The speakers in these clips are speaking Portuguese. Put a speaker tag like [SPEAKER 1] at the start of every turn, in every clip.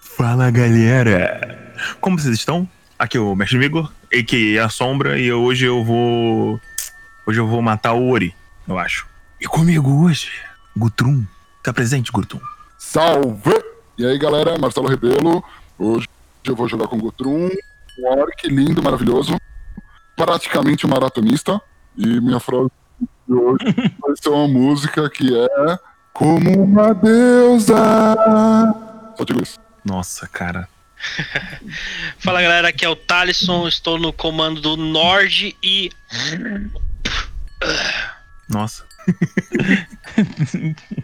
[SPEAKER 1] Fala galera! Como vocês estão? Aqui é o Mestre Vigor, a.k.a. a Sombra, e hoje eu vou. Hoje eu vou matar o Ori, eu acho. E comigo hoje, Gutrun. Tá presente, Gutrun?
[SPEAKER 2] Salve! E aí, galera, Marcelo Rebelo. Hoje eu vou jogar com o Gutrun, um orc lindo, maravilhoso, praticamente um maratonista. E minha frase de hoje vai ser uma música que é Como uma deusa. Só digo isso.
[SPEAKER 1] Nossa, cara.
[SPEAKER 3] Fala galera, aqui é o Talisson, estou no comando do Nord e
[SPEAKER 1] Nossa.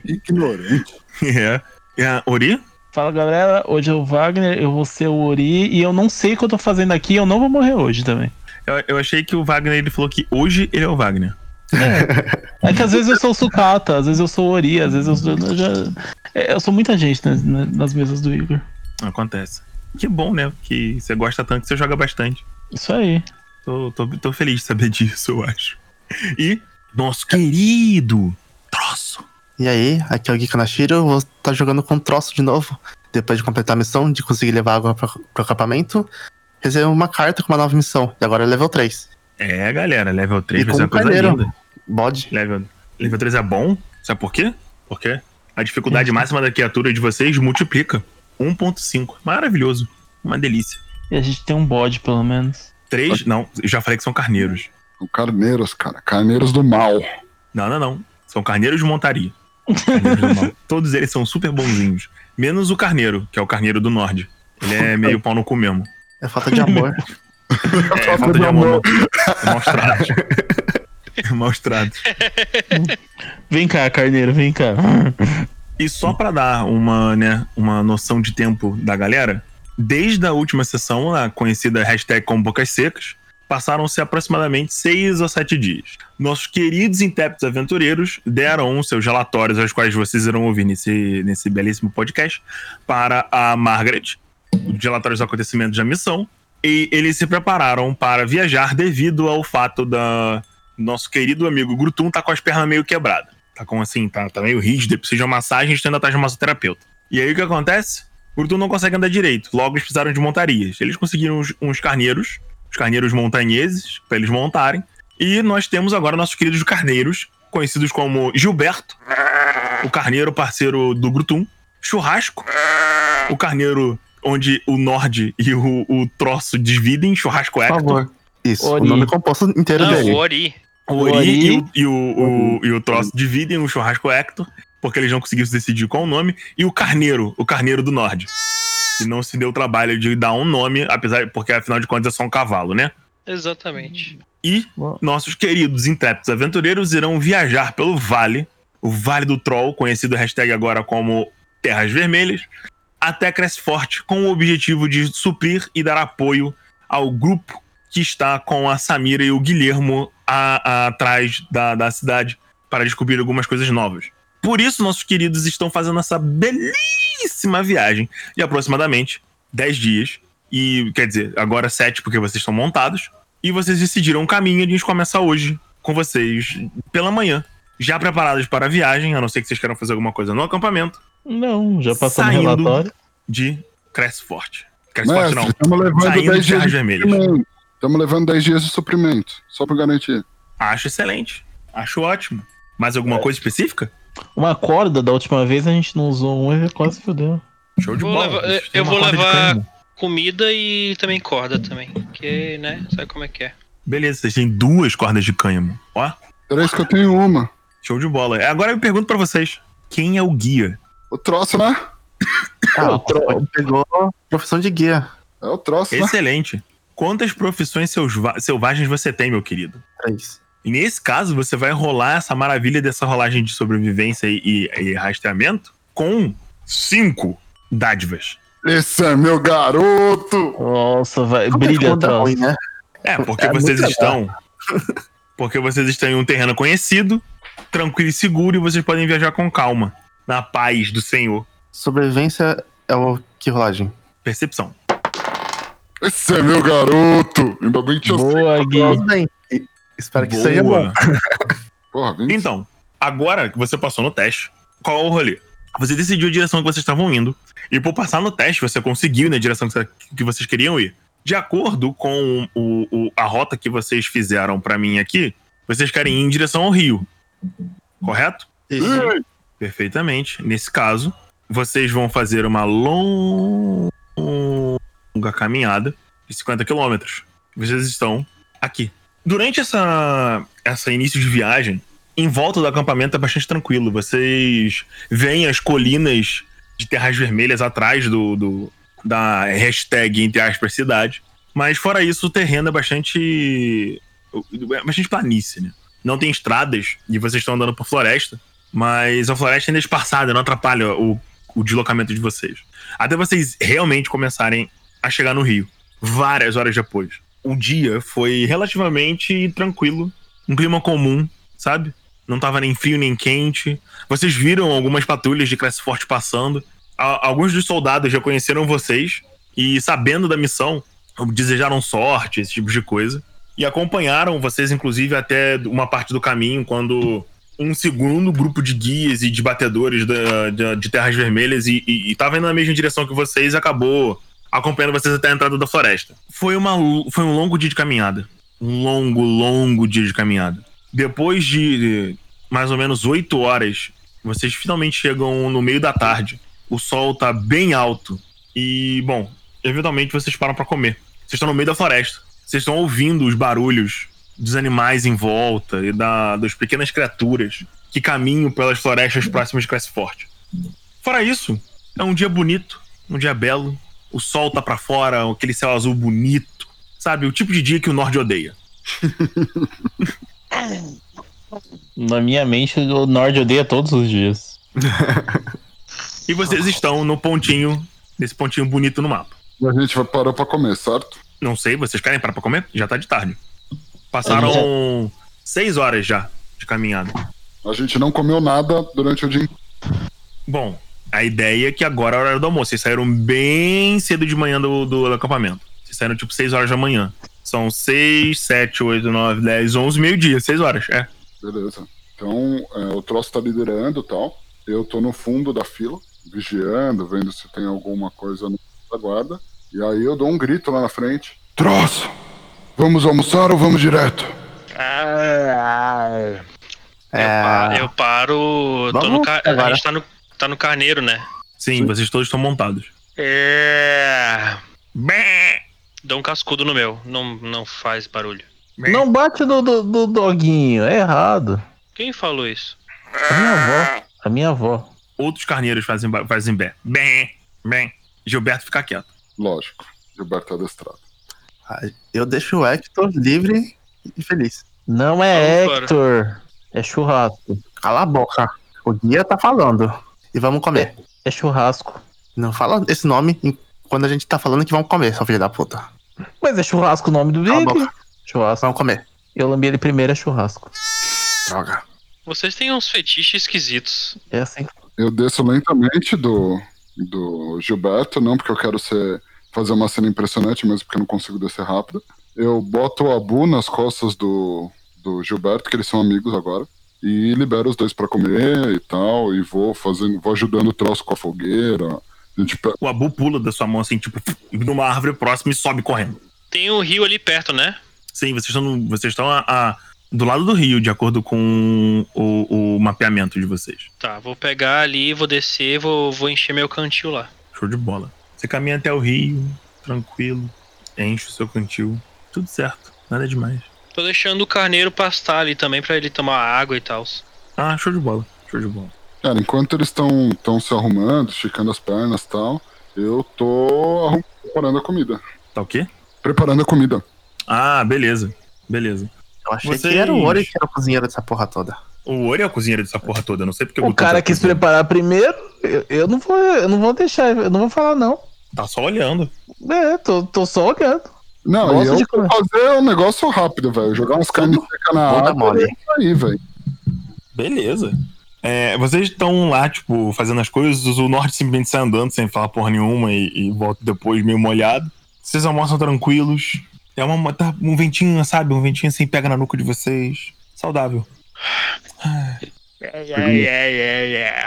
[SPEAKER 2] Ignorante.
[SPEAKER 1] É. E a Ori?
[SPEAKER 4] Fala galera, hoje é o Wagner, eu vou ser o Ori e eu não sei o que eu tô fazendo aqui, eu não vou morrer hoje também.
[SPEAKER 1] Eu, eu achei que o Wagner ele falou que hoje ele é o Wagner.
[SPEAKER 4] É que às vezes eu sou o sucata, às vezes eu sou o Ori, às vezes eu sou. Eu, já- é, eu sou muita gente nas, nas mesas do Igor.
[SPEAKER 1] Acontece. Que bom, né? Que você gosta tanto, você joga bastante.
[SPEAKER 4] Isso aí.
[SPEAKER 1] Tô, tô, tô feliz de saber disso, eu acho. E nosso querido troço.
[SPEAKER 5] E aí, aqui é o Gui Kanashiro, eu vou estar jogando com um troço de novo. Depois de completar a missão, de conseguir levar água pra- pro acampamento, recebo uma carta com uma nova missão. E agora é level 3.
[SPEAKER 1] É, galera, level 3
[SPEAKER 5] E
[SPEAKER 1] vai ser uma
[SPEAKER 5] como
[SPEAKER 1] coisa
[SPEAKER 5] carneiro.
[SPEAKER 1] linda.
[SPEAKER 5] Bode.
[SPEAKER 1] Level, level 3 é bom? Sabe por quê? Porque a
[SPEAKER 5] É.
[SPEAKER 1] dificuldade máxima da criatura de vocês multiplica. 1.5. Maravilhoso. Uma delícia.
[SPEAKER 4] E a gente tem um bode, pelo menos.
[SPEAKER 1] 3, não, eu já falei que são carneiros.
[SPEAKER 2] São carneiros, cara. Carneiros do mal.
[SPEAKER 1] Não, não, não. São carneiros de montaria. Carneiros do mal. Todos eles são super bonzinhos. Menos o carneiro, que é o carneiro do Nord. Ele é meio pau no cu mesmo.
[SPEAKER 5] É falta de amor.
[SPEAKER 1] É, falta de amor. não. Maus tratos. É Maus tratos.
[SPEAKER 4] Vem cá, carneiro, vem cá.
[SPEAKER 1] E só pra dar uma, né, uma noção de tempo da galera, desde a última sessão, a conhecida hashtag com bocas secas, passaram-se aproximadamente seis ou sete dias. Nossos queridos intérpretes aventureiros deram os seus relatórios, aos quais vocês irão ouvir nesse, nesse belíssimo podcast, para a Margaret, de relatórios dos acontecimentos da missão, e eles se prepararam para viajar devido ao fato da nosso querido amigo Grutum tá com as pernas meio quebradas. Tá com assim, tá, tá meio rígido, ele precisa de uma massagem, eles estão indo atrás de um massoterapeuta. E aí o que acontece? O Grutum não consegue andar direito, logo eles precisaram de montarias. Eles conseguiram uns, uns carneiros, os carneiros montanheses, pra eles montarem. E nós temos agora nossos queridos carneiros, conhecidos como Gilberto, o carneiro parceiro do Grutum, Churrasco, o carneiro onde o Nord e o, o troço dividem, Churrasco é
[SPEAKER 5] Por
[SPEAKER 1] Hector.
[SPEAKER 5] favor. Isso,
[SPEAKER 4] Ori.
[SPEAKER 5] o nome composto inteiro
[SPEAKER 3] Não,
[SPEAKER 5] dele.
[SPEAKER 3] o Ori.
[SPEAKER 1] O
[SPEAKER 4] O
[SPEAKER 1] Ori,
[SPEAKER 4] Ori.
[SPEAKER 1] E, o, e, o, o- e o Troço dividem o churrasco Hector, porque eles não conseguiram se decidir qual o nome, e o Carneiro, o Carneiro do Norte. E não se deu o trabalho de dar um nome, apesar porque afinal de contas é só um cavalo, né?
[SPEAKER 3] Exatamente.
[SPEAKER 1] E
[SPEAKER 4] Boa.
[SPEAKER 1] nossos queridos intrépidos aventureiros irão viajar pelo vale, o Vale do Troll, conhecido hashtag agora como Terras Vermelhas, até Cresce Forte, com o objetivo de suprir e dar apoio ao grupo que está com a Samira e o Guilhermo a- a- atrás da, da cidade para descobrir algumas coisas novas. Por isso, nossos queridos estão fazendo essa belíssima viagem de aproximadamente 10 dias. E, quer dizer, agora 7, porque vocês estão montados. E vocês decidiram um caminho e a gente começa hoje com vocês pela manhã. Já preparados para a viagem, a não ser que vocês queiram fazer alguma coisa no acampamento
[SPEAKER 4] Não, já passou no
[SPEAKER 1] Saindo.
[SPEAKER 4] relatório.
[SPEAKER 1] de Cresce Forte. Cresce Forte
[SPEAKER 2] Mestre,
[SPEAKER 1] não.
[SPEAKER 2] estamos levando
[SPEAKER 1] Saindo de
[SPEAKER 2] 10 dias
[SPEAKER 1] Terras
[SPEAKER 2] de
[SPEAKER 1] Vermelhas.
[SPEAKER 2] suprimento. Estamos levando 10 dias de suprimento. Só pra garantir.
[SPEAKER 1] Acho excelente. Acho ótimo. Mais
[SPEAKER 3] É.
[SPEAKER 1] alguma coisa específica?
[SPEAKER 4] Uma corda da última vez a gente não usou um e quase fudeu.
[SPEAKER 1] Show de
[SPEAKER 3] Vou
[SPEAKER 1] bola.
[SPEAKER 3] levar- é.
[SPEAKER 1] Vocês
[SPEAKER 3] eu
[SPEAKER 1] têm uma
[SPEAKER 3] vou
[SPEAKER 1] corda de
[SPEAKER 3] levar-
[SPEAKER 1] cânhamo.
[SPEAKER 3] Comida e também corda também. Porque, né? Sabe como é que é?
[SPEAKER 1] Beleza, vocês têm duas cordas de cânhamo. Ó,
[SPEAKER 2] Peraí, que eu tenho uma.
[SPEAKER 1] show de bola. É, Agora eu pergunto pra vocês: quem é o guia?
[SPEAKER 2] O troço, né?
[SPEAKER 5] Ah, o Troll pegou profissão de guia.
[SPEAKER 2] É o troço, né?
[SPEAKER 1] Excelente. Quantas profissões seusva- selvagens você tem, meu querido?
[SPEAKER 5] Três.
[SPEAKER 1] E nesse caso, você vai rolar essa maravilha dessa rolagem de sobrevivência e, e- e rastreamento com cinco dádivas.
[SPEAKER 2] Esse é meu garoto!
[SPEAKER 4] Nossa, vai,
[SPEAKER 5] Como é que
[SPEAKER 4] brilha
[SPEAKER 5] ficou tão
[SPEAKER 4] atrás.
[SPEAKER 5] ruim, né?
[SPEAKER 1] É, porque
[SPEAKER 5] É
[SPEAKER 1] vocês
[SPEAKER 5] muito
[SPEAKER 1] estão. Porque vocês estão em um terreno conhecido, tranquilo e seguro, e vocês podem viajar com calma. Na paz do Senhor.
[SPEAKER 5] Sobrevivência é o que rolagem?
[SPEAKER 1] Percepção.
[SPEAKER 2] Esse é meu garoto! Ainda bem que eu sei.
[SPEAKER 4] Boa, Gui.
[SPEAKER 5] Tudo bem. E- Espero que
[SPEAKER 1] Boa.
[SPEAKER 5] seja bom.
[SPEAKER 2] Porra, vem.
[SPEAKER 1] Então, agora que você passou no teste, qual é o rolê? Você decidiu a direção que vocês estavam indo. E por passar no teste, você conseguiu ir na direção que, você- que vocês queriam ir. De acordo com o- o- a rota que vocês fizeram pra mim aqui, vocês querem ir em direção ao rio. Correto?
[SPEAKER 5] Isso.
[SPEAKER 1] Perfeitamente. Nesse caso, vocês vão fazer uma longa caminhada de 50 quilômetros. Vocês estão aqui. Durante essa, essa início de viagem, em volta do acampamento é bastante tranquilo. Vocês veem as colinas de terras vermelhas atrás do, do- da hashtag, entre aspas, cidade. Mas fora isso, o terreno é bastante. é bastante planície, né? Não tem estradas e vocês estão andando por floresta. Mas a floresta ainda é espaçada, não atrapalha o, o deslocamento de vocês. Até vocês realmente começarem a chegar no rio. Várias horas depois. O dia foi relativamente tranquilo. Um clima comum, sabe? Não tava nem frio nem quente. Vocês viram algumas patrulhas de classe forte passando. A- alguns dos soldados reconheceram vocês e, sabendo da missão, desejaram sorte, esse tipo de coisa. E acompanharam vocês, inclusive, até uma parte do caminho, quando um segundo grupo de guias e de batedores da- da- de Terras Vermelhas e, e, e tava indo na mesma direção que vocês e acabou acompanhando vocês até a entrada da floresta. Foi, uma, lu- foi um longo dia de caminhada. Um longo, longo dia de caminhada. Depois de eh, mais ou menos oito horas, vocês finalmente chegam no meio da tarde. O sol tá bem alto. E, bom, eventualmente vocês param pra comer. Vocês estão no meio da floresta. Vocês estão ouvindo os barulhos dos animais em volta e da, das pequenas criaturas que caminham pelas florestas próximas de Classe Forte. Fora isso, é um dia bonito, um dia belo. O sol tá pra fora, aquele céu azul bonito. Sabe, o tipo de dia que o Nord odeia.
[SPEAKER 4] Na minha mente, o Nord odeia todos os dias.
[SPEAKER 1] E vocês estão no pontinho, nesse pontinho bonito no mapa.
[SPEAKER 2] E a gente vai parar pra comer, certo?
[SPEAKER 1] Não sei, vocês querem parar pra comer? Já tá de tarde. Passaram seis horas já de caminhada.
[SPEAKER 2] A gente não comeu nada durante o dia. inteiro.
[SPEAKER 1] Bom, a ideia é que agora é a hora do almoço. Vocês saíram bem cedo de manhã do, do, acampamento. Vocês saíram tipo 6 horas da manhã. São 6, 7, 8, 9, 10, 11, meio-dia, 6 horas, é.
[SPEAKER 2] Beleza. Então, é, o troço tá liderando e tal. Eu tô no fundo da fila, vigiando, vendo se tem alguma coisa no da guarda. E aí eu dou um grito lá na frente. Troço! Vamos almoçar ou vamos direto?
[SPEAKER 3] Ah, eu, pa-
[SPEAKER 5] É,
[SPEAKER 3] eu paro. tô
[SPEAKER 5] Vamos
[SPEAKER 3] no ca- A
[SPEAKER 5] agora.
[SPEAKER 3] gente tá no, tá no carneiro, né?
[SPEAKER 1] Sim, vocês todos estão montados.
[SPEAKER 3] É.
[SPEAKER 1] Bé!
[SPEAKER 3] Dou um cascudo no meu. Não, não faz barulho.
[SPEAKER 4] Não bate no, do- do doguinho, é errado.
[SPEAKER 3] Quem falou isso?
[SPEAKER 4] A minha avó. A minha avó.
[SPEAKER 1] Outros carneiros fazem, ba- fazem bé. Bé! Bé! Gilberto fica quieto.
[SPEAKER 2] Lógico, Gilberto Adestrado.
[SPEAKER 5] eu deixo o Hector livre e feliz.
[SPEAKER 4] Não é
[SPEAKER 3] Vamos
[SPEAKER 4] Hector. É churrasco.
[SPEAKER 5] Cala a boca. O guia tá falando. E vamos comer.
[SPEAKER 4] É churrasco.
[SPEAKER 5] Não fala esse nome em- quando a gente tá falando que vamos comer, sua filha da puta.
[SPEAKER 4] Mas é churrasco o nome do
[SPEAKER 5] Cala a
[SPEAKER 4] vídeo.
[SPEAKER 5] boca.
[SPEAKER 4] Churrasco.
[SPEAKER 5] Vamos comer.
[SPEAKER 4] Eu lambi ele primeiro, é churrasco.
[SPEAKER 5] Droga.
[SPEAKER 3] Vocês têm uns fetiches esquisitos.
[SPEAKER 4] É assim.
[SPEAKER 2] Eu desço lentamente do, do Gilberto, não porque eu quero ser, fazer uma cena impressionante, mas porque eu não consigo descer rápido. Eu boto o Abu nas costas do, do Gilberto, que eles são amigos agora, e libero os dois pra comer e tal, e vou fazendo, vou ajudando o troço com a fogueira. A gente pe-
[SPEAKER 1] O Abu pula da sua mão assim, tipo, numa árvore próxima e sobe correndo.
[SPEAKER 3] Tem um rio ali perto, né?
[SPEAKER 1] Sim, vocês estão, no- vocês estão a- a- do lado do rio, de acordo com o- o mapeamento de vocês.
[SPEAKER 3] Tá, vou pegar ali, vou descer, vou, vou encher meu cantil lá.
[SPEAKER 1] Show de bola. Você caminha até o rio, tranquilo, enche o seu cantil, tudo certo, nada demais.
[SPEAKER 3] Tô deixando o carneiro pastar ali também pra ele tomar água e tal.
[SPEAKER 1] Ah, show de bola, show de bola.
[SPEAKER 2] Cara, enquanto eles estão se arrumando, esticando as pernas e tal, eu tô arrum- preparando a comida.
[SPEAKER 1] Tá o quê?
[SPEAKER 2] Preparando a comida.
[SPEAKER 1] Ah, beleza, beleza.
[SPEAKER 5] Eu achei
[SPEAKER 1] Vocês-
[SPEAKER 5] que era o Ori que era o cozinheiro dessa porra toda.
[SPEAKER 1] O Ori é o cozinheiro dessa porra toda, eu não sei porque
[SPEAKER 4] O
[SPEAKER 1] botou
[SPEAKER 4] cara
[SPEAKER 1] essa
[SPEAKER 4] quis
[SPEAKER 1] coisa.
[SPEAKER 4] preparar primeiro. Eu, eu não vou, eu não vou deixar, eu não vou falar não.
[SPEAKER 1] Tá só olhando.
[SPEAKER 4] É, tô, tô só olhando.
[SPEAKER 2] Não, e
[SPEAKER 4] Gosto
[SPEAKER 2] eu
[SPEAKER 4] de
[SPEAKER 2] vou
[SPEAKER 4] comer.
[SPEAKER 2] fazer um negócio rápido, velho. Jogar uns carnes secas na
[SPEAKER 5] Bunda
[SPEAKER 2] água
[SPEAKER 5] mole.
[SPEAKER 2] e é aí, velho.
[SPEAKER 1] Beleza. É, vocês estão lá, tipo, fazendo as coisas, o Norte simplesmente sai andando sem falar porra nenhuma e, e volta depois meio molhado. Vocês almoçam tranquilos. É uma, uma- tá um ventinho, sabe? Um ventinho assim pega na nuca de vocês. Saudável.
[SPEAKER 2] Uhum.
[SPEAKER 3] É, é, é, é, é.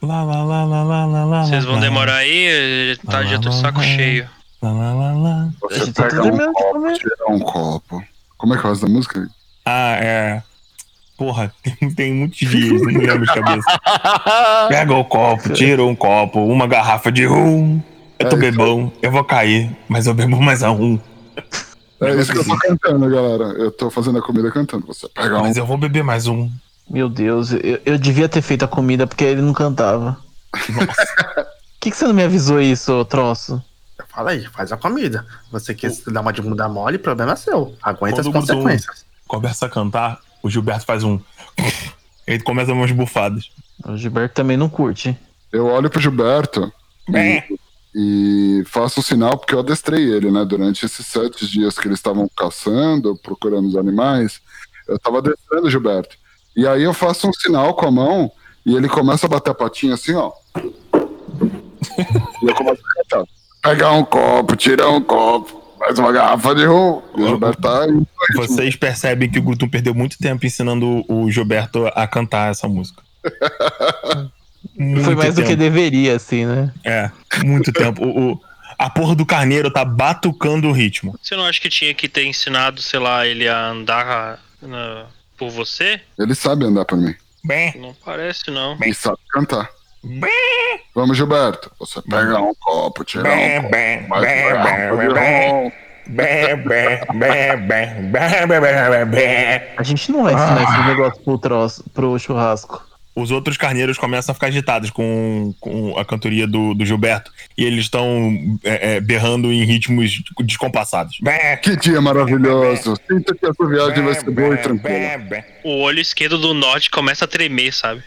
[SPEAKER 1] Lá, lá, lá, lá, lá, lá, lá.
[SPEAKER 3] Vocês vão
[SPEAKER 1] lá,
[SPEAKER 3] demorar aí? Tá, já tô de saco cheio.
[SPEAKER 1] Lá, lá, lá, lá.
[SPEAKER 2] Você
[SPEAKER 4] Você tá
[SPEAKER 2] pega
[SPEAKER 4] terminando
[SPEAKER 2] um
[SPEAKER 4] de
[SPEAKER 2] copo,
[SPEAKER 4] comer.
[SPEAKER 2] tira um copo. Como é que faz da música?
[SPEAKER 1] Ah, é. Porra, tem, tem muitos dias, não lembro de cabeça. Pega o copo, tira um copo, uma garrafa de rum. Eu tô
[SPEAKER 2] É,
[SPEAKER 1] bebão, eu vou cair, mas eu bebo mais um. a rum.
[SPEAKER 2] É isso que eu tô cantando, galera. Eu tô fazendo a comida cantando. Você pega um.
[SPEAKER 1] Mas eu vou beber mais um.
[SPEAKER 4] Meu Deus, eu, eu devia ter feito a comida porque ele não cantava. Por que, que você não me avisou isso, ô troço?
[SPEAKER 5] Fala aí, faz a comida. Você quis dar uma de bunda mole, problema é seu. Aguenta
[SPEAKER 1] Quando
[SPEAKER 5] as
[SPEAKER 1] o Gutum
[SPEAKER 5] consequências.
[SPEAKER 1] Começa a cantar, o Gilberto faz um. Ele começa umas bufadas.
[SPEAKER 4] O Gilberto também não curte.
[SPEAKER 2] Eu olho pro Gilberto e faço um sinal, porque eu adestrei ele, né? Durante esses sete dias que eles estavam caçando, procurando os animais, eu tava adestrando o Gilberto. E aí eu faço um sinal com a mão e ele começa a bater a patinha assim, ó. e eu começo a cantar. Pegar um copo, tirar um copo, mais uma garrafa de rum. E o Gilberto tá aí.
[SPEAKER 1] Vocês percebem que o Gutum perdeu muito tempo ensinando o Gilberto a cantar essa música.
[SPEAKER 4] Foi
[SPEAKER 1] Muito
[SPEAKER 4] mais do que
[SPEAKER 1] tempo.
[SPEAKER 4] deveria, assim, né?
[SPEAKER 1] É, muito tempo. O, o- a porra do carneiro tá batucando o ritmo.
[SPEAKER 3] Você não acha que tinha que ter ensinado, sei lá, ele a andar na- por você?
[SPEAKER 2] Ele sabe andar pra mim.
[SPEAKER 1] Bem,
[SPEAKER 3] Não parece, não.
[SPEAKER 2] Ele sabe cantar.
[SPEAKER 1] bem,
[SPEAKER 2] Vamos, Gilberto. Você pega um copo, tirar um
[SPEAKER 1] bem,
[SPEAKER 2] copo.
[SPEAKER 1] bem,
[SPEAKER 2] Mais uma garrafa de
[SPEAKER 1] bem, é, bem.
[SPEAKER 2] rum.
[SPEAKER 1] Bé, bé, bé, bé, bé, bé, bé, bé, bé.
[SPEAKER 4] A gente não vai ensinar esse negócio pro troço, pro churrasco.
[SPEAKER 1] Os outros carneiros começam a ficar agitados com, com a cantoria do, do Gilberto. E eles estão é, é, berrando em ritmos descompassados. Bé,
[SPEAKER 2] Que dia maravilhoso! Sinta que essa viagem vai ser boa e tranquila.
[SPEAKER 1] bé, bé.
[SPEAKER 3] O olho esquerdo do norte começa a tremer, sabe?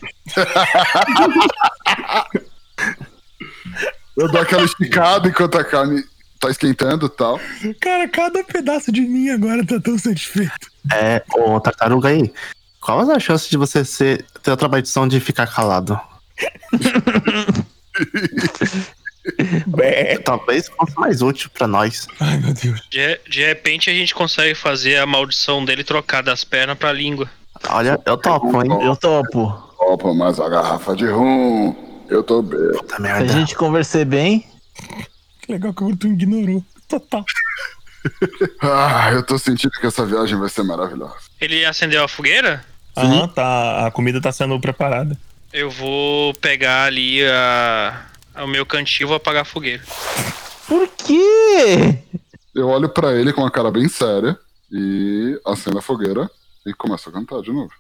[SPEAKER 2] Eu dou aquela esticada enquanto a carne tá esquentando e tal.
[SPEAKER 1] Cara, cada pedaço de mim agora tá tão satisfeito.
[SPEAKER 5] É, ô tartaruga aí. Qual as chances de você ser, ter outra tradição de ficar calado?
[SPEAKER 1] Bé.
[SPEAKER 5] Talvez fosse mais útil pra nós.
[SPEAKER 1] Ai, meu Deus.
[SPEAKER 3] De, re- de repente a gente consegue fazer a maldição dele trocar das pernas pra língua.
[SPEAKER 5] Olha, eu topo, hein?
[SPEAKER 4] Eu topo.
[SPEAKER 2] Opa, mais uma garrafa de rum. Eu tô bem.
[SPEAKER 4] Se
[SPEAKER 5] Puta
[SPEAKER 4] a
[SPEAKER 5] merda.
[SPEAKER 4] gente conversar bem,
[SPEAKER 1] Que legal que o Gutum ignorou. Total.
[SPEAKER 2] Ah, eu tô sentindo que essa viagem vai ser maravilhosa.
[SPEAKER 3] Ele acendeu a fogueira?
[SPEAKER 1] Aham, tá, a comida tá sendo preparada.
[SPEAKER 3] Eu vou pegar ali a, o meu cantil e vou apagar a fogueira.
[SPEAKER 4] por quê?
[SPEAKER 2] Eu olho pra ele com uma cara bem séria e acendo a fogueira e começo a cantar de novo.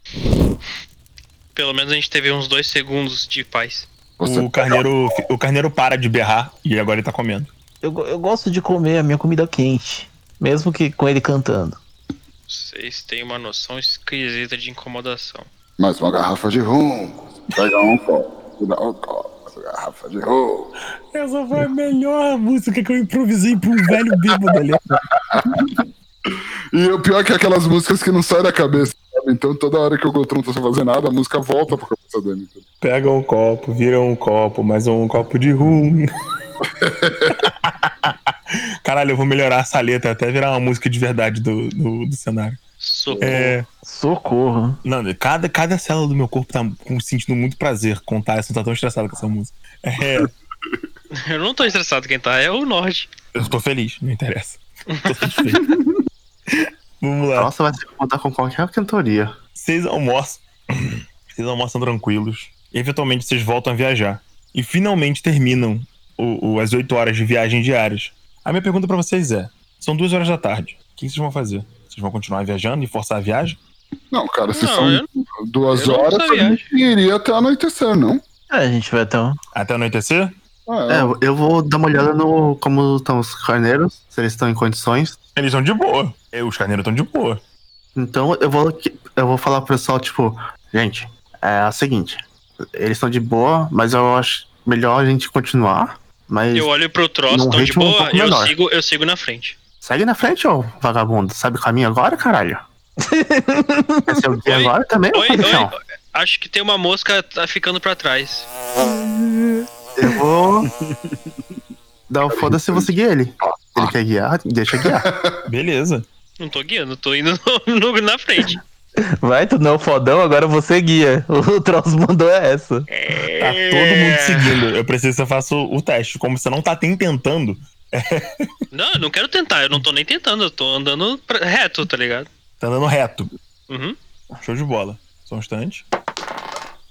[SPEAKER 3] Pelo menos a gente teve uns dois segundos de paz.
[SPEAKER 2] Você
[SPEAKER 1] O carneiro, o carneiro para de berrar e agora ele tá comendo.
[SPEAKER 4] Eu, go- eu gosto de comer a minha comida quente, mesmo que com ele cantando.
[SPEAKER 3] Vocês têm uma noção esquisita de incomodação.
[SPEAKER 2] mais uma garrafa de rum. Pega um copo, te dá um copo. mais uma Garrafa de rum.
[SPEAKER 1] Essa foi a melhor música que eu improvisei pra um velho bêbado ali.
[SPEAKER 2] E o pior é que é aquelas músicas que não saem da cabeça. sabe? Então toda hora que o Gotron não tá sem fazer nada, a música volta pra cabeça dele.
[SPEAKER 1] Pega um copo, vira um copo, mais um copo de rum. Caralho, eu vou melhorar essa letra até virar uma música de verdade do, do, do cenário.
[SPEAKER 3] Socorro.
[SPEAKER 1] É,
[SPEAKER 4] Socorro.
[SPEAKER 1] não, cada, cada célula do meu corpo tá com- sentindo muito prazer contar essa, tá tão estressado com essa música. É,
[SPEAKER 3] Eu não tô estressado quem tá, é o Nord.
[SPEAKER 1] eu tô feliz, não interessa. Tô satisfeito. Vamos lá.
[SPEAKER 5] Nossa, vai se incomodar com qualquer cantoria.
[SPEAKER 1] Vocês almoçam. Vocês almoçam tranquilos. Eventualmente vocês voltam a viajar. E finalmente terminam o, o- as 8 horas de viagem diárias. A minha pergunta pra vocês é: são duas horas da tarde. O que vocês vão fazer? Vocês vão continuar viajando e forçar a viagem?
[SPEAKER 2] Não, cara, se
[SPEAKER 3] Não,
[SPEAKER 2] são
[SPEAKER 3] eu
[SPEAKER 2] duas
[SPEAKER 3] eu não
[SPEAKER 2] horas,
[SPEAKER 3] sabia.
[SPEAKER 2] a gente iria até anoitecer, não?
[SPEAKER 4] É, a gente vai até um.
[SPEAKER 1] Até anoitecer?
[SPEAKER 2] Ah,
[SPEAKER 5] É, eu vou dar uma olhada no como estão os carneiros, se eles estão em condições.
[SPEAKER 1] Eles estão de boa. E Os carneiros estão de boa.
[SPEAKER 5] Então eu vou, eu vou falar pro pessoal, tipo, gente, é o seguinte, eles estão de boa, mas eu acho melhor a gente continuar. Mas
[SPEAKER 3] Eu olho pro troço,
[SPEAKER 5] Num
[SPEAKER 3] tão de
[SPEAKER 5] ritmo um
[SPEAKER 3] boa,
[SPEAKER 5] pouco
[SPEAKER 3] eu
[SPEAKER 5] menor.
[SPEAKER 3] sigo, eu sigo na frente.
[SPEAKER 5] segue na frente, ô vagabundo. Sabe o caminho agora, caralho? Esse é o dia
[SPEAKER 3] Oi,
[SPEAKER 5] agora também, ô
[SPEAKER 3] Oi,
[SPEAKER 5] Fabião?
[SPEAKER 3] oi, acho que tem uma mosca tá ficando pra trás.
[SPEAKER 5] Eu vou. Dar o foda-se eu vou seguir ele. Ele quer guiar, deixa guiar.
[SPEAKER 1] Beleza.
[SPEAKER 5] Tá
[SPEAKER 3] Não tô guiando, tô indo no- no- na frente.
[SPEAKER 4] Vai, tu não é o fodão, agora você guia. O troço mandou é essa.
[SPEAKER 1] Tá
[SPEAKER 3] É.
[SPEAKER 1] todo mundo seguindo. Eu preciso que você faça o o teste. Como você não tá nem tentando,
[SPEAKER 3] Não, eu não quero tentar, eu não tô nem tentando, eu tô andando pra- reto, tá ligado?
[SPEAKER 1] tá andando reto.
[SPEAKER 3] Uhum.
[SPEAKER 1] Show de bola. Só um instante.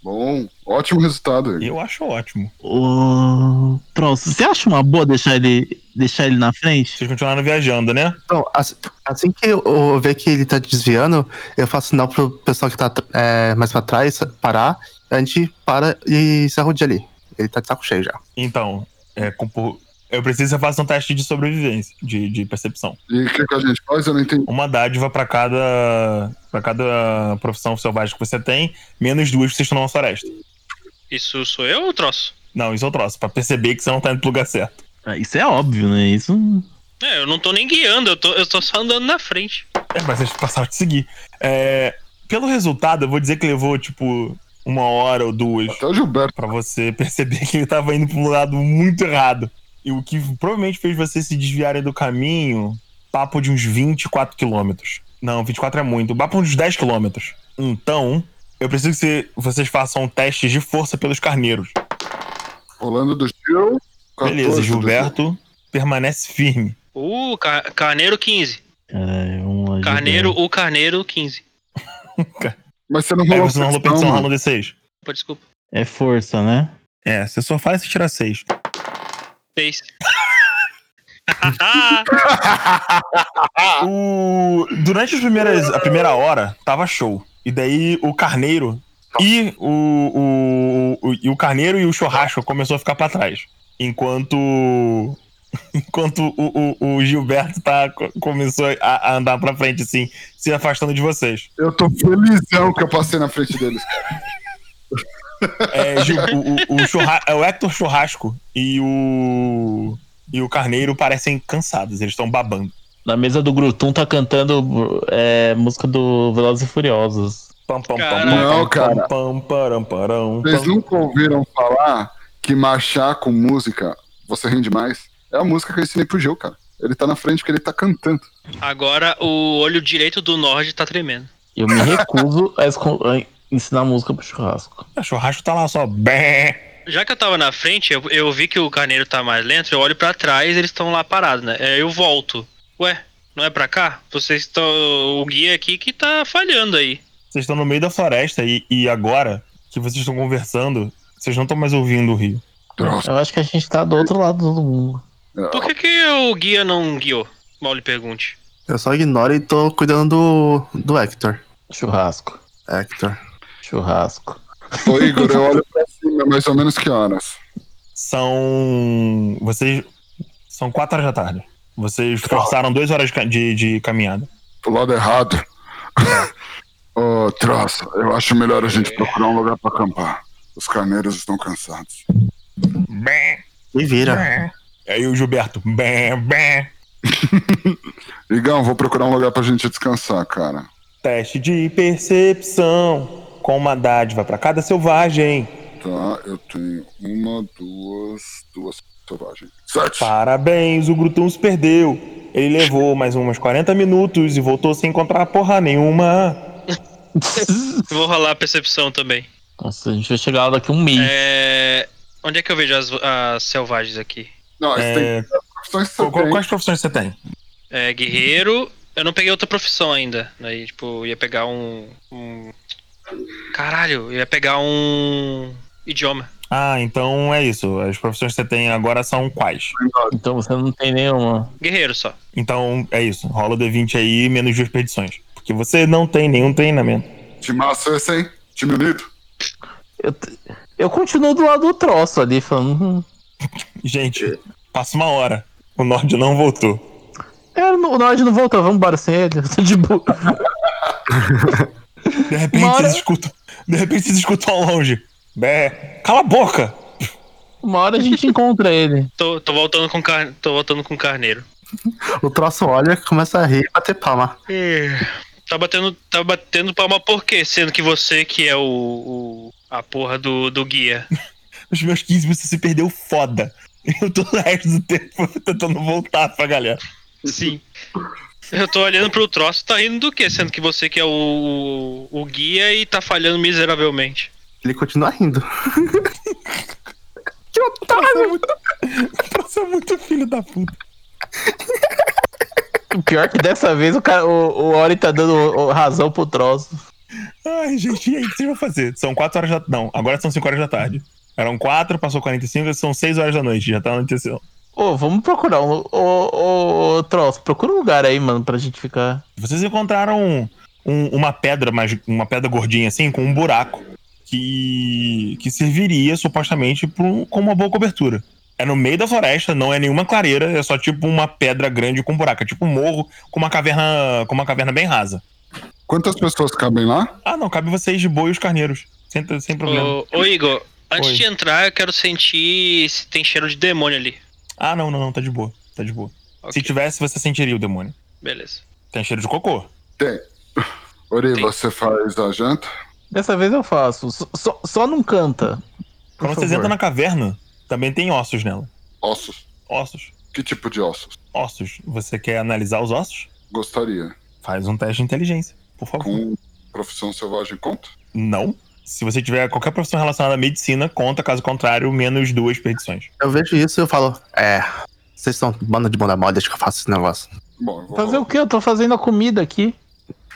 [SPEAKER 2] Bom, ótimo resultado. Igor.
[SPEAKER 1] Eu acho ótimo.
[SPEAKER 4] O troço, você acha uma boa deixar ele, deixar ele na frente?
[SPEAKER 1] Vocês continuaram viajando, né?
[SPEAKER 5] Então, assim, assim que eu, eu ver que ele tá desviando, eu faço sinal pro pessoal que tá é, mais pra trás parar. A gente para e se arrude ali. Ele tá de saco cheio já.
[SPEAKER 1] Então, é, compor- eu preciso que você faça um teste de sobrevivência, de, de percepção.
[SPEAKER 2] E o que, que a gente faz? Eu não entendi.
[SPEAKER 1] Uma dádiva pra cada para cada profissão selvagem que você tem, menos duas que vocês estão numa floresta.
[SPEAKER 3] Isso sou eu ou troço?
[SPEAKER 1] Não, isso é um troço, pra perceber que você não tá indo pro lugar certo.
[SPEAKER 4] Ah, Isso é óbvio, né? Isso.
[SPEAKER 3] É, eu não tô nem guiando, eu tô, eu tô só andando na frente.
[SPEAKER 1] É, mas vocês passaram de seguir. É, pelo resultado, eu vou dizer que levou, tipo, uma hora ou duas
[SPEAKER 2] Até o Gilberto.
[SPEAKER 1] Pra você perceber que ele tava indo pra um lado muito errado. E o que provavelmente fez vocês se desviarem do caminho, papo de uns 24 quilômetros. Não, 24 é muito, papo uns 10 quilômetros. Então, eu preciso que você- vocês façam testes de força pelos carneiros.
[SPEAKER 2] Rolando do Gil. 14
[SPEAKER 1] Beleza,
[SPEAKER 2] do
[SPEAKER 1] Gilberto permanece firme.
[SPEAKER 3] Uh, ca- carneiro 15.
[SPEAKER 4] Caralho, vamos lá.
[SPEAKER 3] Carneiro, o carneiro 15.
[SPEAKER 2] Gil. Mas você não
[SPEAKER 1] Aí
[SPEAKER 2] rolou
[SPEAKER 1] você não rolou
[SPEAKER 2] percepção,
[SPEAKER 1] percepção,
[SPEAKER 2] mano.
[SPEAKER 1] rola um D6.
[SPEAKER 3] Pô, desculpa.
[SPEAKER 4] É força, né?
[SPEAKER 1] É, você só faz se tirar 6.
[SPEAKER 3] 6.
[SPEAKER 1] O- Durante as primeiras- a primeira hora, tava show. E daí o carneiro e o, o, o- e o carneiro e o churrasco começou a ficar pra trás. Enquanto. Enquanto o, o- o Gilberto tá, co- começou a, a andar pra frente, assim, se afastando de vocês.
[SPEAKER 2] Eu tô felizão que eu passei na frente deles.
[SPEAKER 1] É, Gil- o, o, o, churra- é, o Hector Churrasco e o. E o Carneiro parecem cansados, eles estão babando.
[SPEAKER 4] Na mesa do Grutum tá cantando é, música do Velozes e Furiosos.
[SPEAKER 1] Pam, pam, pam,
[SPEAKER 3] Caraca.
[SPEAKER 1] pam,
[SPEAKER 2] Não, cara.
[SPEAKER 1] pam, param, param,
[SPEAKER 2] Vocês
[SPEAKER 1] pam.
[SPEAKER 2] nunca ouviram falar que marchar com música você rende mais? É a música que eu ensinei pro Gil, cara. Ele tá na frente porque ele tá cantando.
[SPEAKER 3] Agora o olho direito do Nord tá tremendo.
[SPEAKER 4] Eu me recuso a, esco- a ensinar música pro churrasco.
[SPEAKER 1] O churrasco tá lá só. bé.
[SPEAKER 3] Já que eu tava na frente, eu, eu vi que o carneiro tá mais lento, eu olho pra trás eles estão lá parados, né? É, eu volto. Ué, não é pra cá? Vocês estão. O guia aqui que tá falhando aí.
[SPEAKER 1] Vocês estão no meio da floresta e, e agora que vocês estão conversando, vocês não estão mais ouvindo o rio.
[SPEAKER 2] Nossa.
[SPEAKER 4] Eu acho que a gente tá do outro lado do mundo.
[SPEAKER 3] Por que, que o guia não guiou? Mal lhe pergunte.
[SPEAKER 5] Eu só ignoro e tô cuidando do, do Hector.
[SPEAKER 4] Churrasco.
[SPEAKER 5] Hector.
[SPEAKER 4] Churrasco.
[SPEAKER 2] Ô, Igor, eu olho pra cima, é mais ou menos que horas?
[SPEAKER 1] São. Vocês. São quatro horas da tarde. Vocês forçaram duas horas de ca- de, de caminhada.
[SPEAKER 2] Pro lado errado. Ô, troça, eu acho melhor a gente procurar um lugar pra acampar. Os carneiros estão cansados.
[SPEAKER 1] Bé,
[SPEAKER 5] Me vira.
[SPEAKER 1] bé. Aí É, o Gilberto. Bé, bé.
[SPEAKER 2] Igão, vou procurar um lugar pra gente descansar, cara.
[SPEAKER 1] Teste de percepção. Com uma dádiva pra cada selvagem.
[SPEAKER 2] Tá, eu tenho uma, duas, duas selvagens. Sete.
[SPEAKER 1] Tá, Parabéns, o Grutão se perdeu. Ele levou mais umas 40 minutos e voltou sem encontrar porra nenhuma.
[SPEAKER 3] Vou rolar a percepção também.
[SPEAKER 4] Nossa, a gente vai chegar lá daqui um mês.
[SPEAKER 3] É. Onde é que eu vejo as, as selvagens aqui?
[SPEAKER 2] Não, isso tem
[SPEAKER 1] É,
[SPEAKER 2] profissões que
[SPEAKER 1] qu-
[SPEAKER 2] você tem.
[SPEAKER 1] quais profissões você tem?
[SPEAKER 3] É, guerreiro. Eu não peguei outra profissão ainda. Daí, tipo, eu ia pegar um. um... Caralho, eu ia pegar um. Idioma.
[SPEAKER 1] Ah, então é isso. As profissões que você tem agora são quais?
[SPEAKER 4] Então você não tem nenhuma.
[SPEAKER 3] Guerreiro só.
[SPEAKER 1] Então é isso. Rola o D20 aí, menos duas perdições. Porque você não tem nenhum treinamento.
[SPEAKER 2] Time massa esse, hein? Time unido.
[SPEAKER 4] Eu, t- eu continuo do lado do troço ali, falando. "Hum,
[SPEAKER 1] Gente, passa uma hora. O Nord não voltou.
[SPEAKER 4] Cara, não- o Nod não voltou, vamos embora sem ele. Eu tô de boa.
[SPEAKER 1] De repente
[SPEAKER 4] Uma hora-
[SPEAKER 1] vocês escutam. De repente vocês escutam ao longe. Bé, cala a boca!
[SPEAKER 4] Uma hora a gente encontra ele.
[SPEAKER 3] Tô, tô voltando com car... tô voltando com carneiro.
[SPEAKER 5] O troço olha, começa a rir e bater palma.
[SPEAKER 3] Tá batendo, tá batendo palma por quê? Sendo que você que é o, o- a porra do, do guia.
[SPEAKER 1] Os meus 15 minutos se perdeu foda. Eu tô o resto do tempo tentando voltar pra galera.
[SPEAKER 3] Sim. Eu tô olhando pro troço, tá rindo do quê? Sendo que você que é o, o, o guia e tá falhando miseravelmente.
[SPEAKER 5] Ele continua rindo. que otário!
[SPEAKER 6] Você é muito filho da puta.
[SPEAKER 4] Pior é que dessa vez o, cara, o, o Ori tá dando o- razão pro troço.
[SPEAKER 6] Ai, gente, e aí, o que vocês vão fazer?
[SPEAKER 1] São 4 horas da. Não, agora são 5 horas da tarde. Eram 4, passou 45, são 6 horas da noite, já tá anoitecendo.
[SPEAKER 4] Ô, vamos procurar um. Ô, ô, ô, troço, procura um lugar aí, mano, pra gente ficar.
[SPEAKER 1] Vocês encontraram um- uma pedra, mas uma pedra gordinha assim, com um buraco. Que, que serviria supostamente pra um- como uma boa cobertura. É no meio da floresta, não é nenhuma clareira, é só tipo uma pedra grande com buraco. É tipo um morro com uma caverna, com uma caverna bem rasa.
[SPEAKER 2] Quantas pessoas cabem lá?
[SPEAKER 1] Ah, não, cabe vocês de boa e os carneiros. Sem, sem problema.
[SPEAKER 3] Ô, ô, Igor, antes
[SPEAKER 1] Oi.
[SPEAKER 3] de entrar, eu quero sentir se tem cheiro de demônio ali.
[SPEAKER 1] Ah, não, não, não, tá de boa. Tá de boa.
[SPEAKER 3] Ok,
[SPEAKER 1] Se tivesse, você sentiria o demônio.
[SPEAKER 3] beleza.
[SPEAKER 1] Tem cheiro de cocô.
[SPEAKER 2] Ori,
[SPEAKER 3] Sim.
[SPEAKER 2] você faz a janta?
[SPEAKER 4] Dessa vez eu faço. Só- Só, só não canta. Por
[SPEAKER 1] Quando vocês
[SPEAKER 4] favor.
[SPEAKER 1] entram na caverna, também tem ossos nela.
[SPEAKER 2] Ossos.
[SPEAKER 1] Ossos.
[SPEAKER 2] Que tipo de ossos?
[SPEAKER 1] Ossos. Você quer analisar os ossos?
[SPEAKER 2] Gostaria.
[SPEAKER 1] Faz um teste de inteligência, por favor.
[SPEAKER 2] Com profissão selvagem conta?
[SPEAKER 1] Não. Se você tiver qualquer profissão relacionada à medicina, conta, caso contrário, menos duas perdições.
[SPEAKER 5] Eu vejo isso e eu falo, é. Vocês são banda de bunda mole, deixa que eu faço esse negócio.
[SPEAKER 2] Bom, eu vou
[SPEAKER 4] Fazer
[SPEAKER 2] rolar.
[SPEAKER 4] o quê? Eu tô fazendo a comida aqui.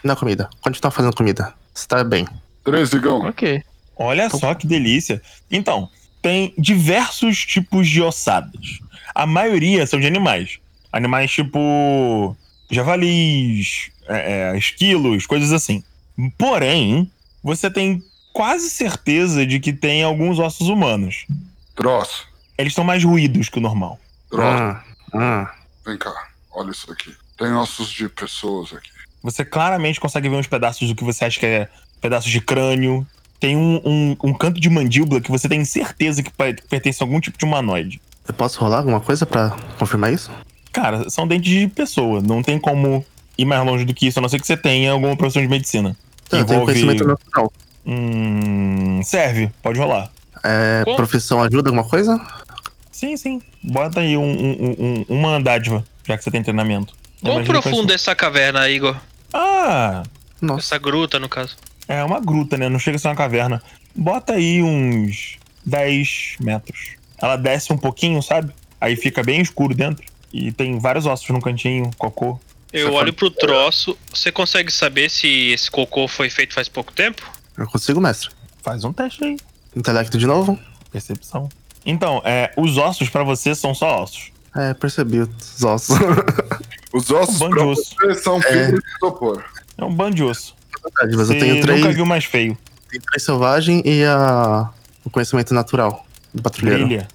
[SPEAKER 5] Na é comida. Continua fazendo comida. Você tá bem.
[SPEAKER 2] 13, Igão.
[SPEAKER 4] Ok.
[SPEAKER 1] Olha só que delícia. Então, tem diversos tipos de ossadas. A maioria são de animais. Animais tipo javalis, é, é, esquilos, coisas assim. Porém, você tem quase certeza de que tem alguns ossos humanos.
[SPEAKER 2] Troço.
[SPEAKER 1] Eles estão mais ruídos que o normal.
[SPEAKER 2] Troço.
[SPEAKER 5] Hum, hum.
[SPEAKER 2] Vem cá. Olha isso aqui. Tem ossos de pessoas aqui.
[SPEAKER 1] Você claramente consegue ver uns pedaços do que você acha que é pedaços de crânio. Tem um, um- um canto de mandíbula que você tem certeza que pa- que pertence a algum tipo de humanoide.
[SPEAKER 5] Eu posso rolar alguma coisa pra confirmar isso?
[SPEAKER 1] Cara, são dentes de pessoa. Não tem como ir mais longe do que isso, a não ser que você tenha alguma profissão de medicina.
[SPEAKER 5] Tá, Eu tenho
[SPEAKER 1] Envolve-
[SPEAKER 5] conhecimento natural.
[SPEAKER 1] Hum. Serve, pode rolar.
[SPEAKER 5] É,
[SPEAKER 3] Bom.
[SPEAKER 5] profissão ajuda alguma coisa?
[SPEAKER 1] Sim, sim. Bota aí um- um- um- uma dádiva, já que você tem treinamento.
[SPEAKER 3] Quão
[SPEAKER 1] Imagina que
[SPEAKER 3] profundo é essa caverna, Igor?
[SPEAKER 1] faz- Ah,
[SPEAKER 5] Nossa.
[SPEAKER 3] Essa gruta, no caso.
[SPEAKER 1] é uma gruta, né? Não chega a ser uma caverna. Bota aí uns 10 metros. Ela desce um pouquinho, sabe? Aí fica bem escuro dentro. E tem vários ossos no cantinho, cocô.
[SPEAKER 3] Eu olho pro troço. Você consegue saber se esse cocô foi feito faz pouco tempo?
[SPEAKER 5] Eu consigo, mestre.
[SPEAKER 1] Faz um teste aí.
[SPEAKER 5] Intelecto de novo?
[SPEAKER 1] Percepção. Então, é, os ossos pra você são só ossos.
[SPEAKER 5] É, percebi os ossos.
[SPEAKER 2] Os
[SPEAKER 1] É um
[SPEAKER 2] ossos
[SPEAKER 1] bando de osso.
[SPEAKER 2] pra você são filhos de isopor.
[SPEAKER 1] É um bando de osso.
[SPEAKER 5] Verdade, mas eu
[SPEAKER 1] Você
[SPEAKER 5] tenho
[SPEAKER 1] nunca
[SPEAKER 5] três,
[SPEAKER 1] viu mais feio.
[SPEAKER 5] tenho três selvagem e a... o conhecimento natural do patrulheiro.
[SPEAKER 1] Brilha.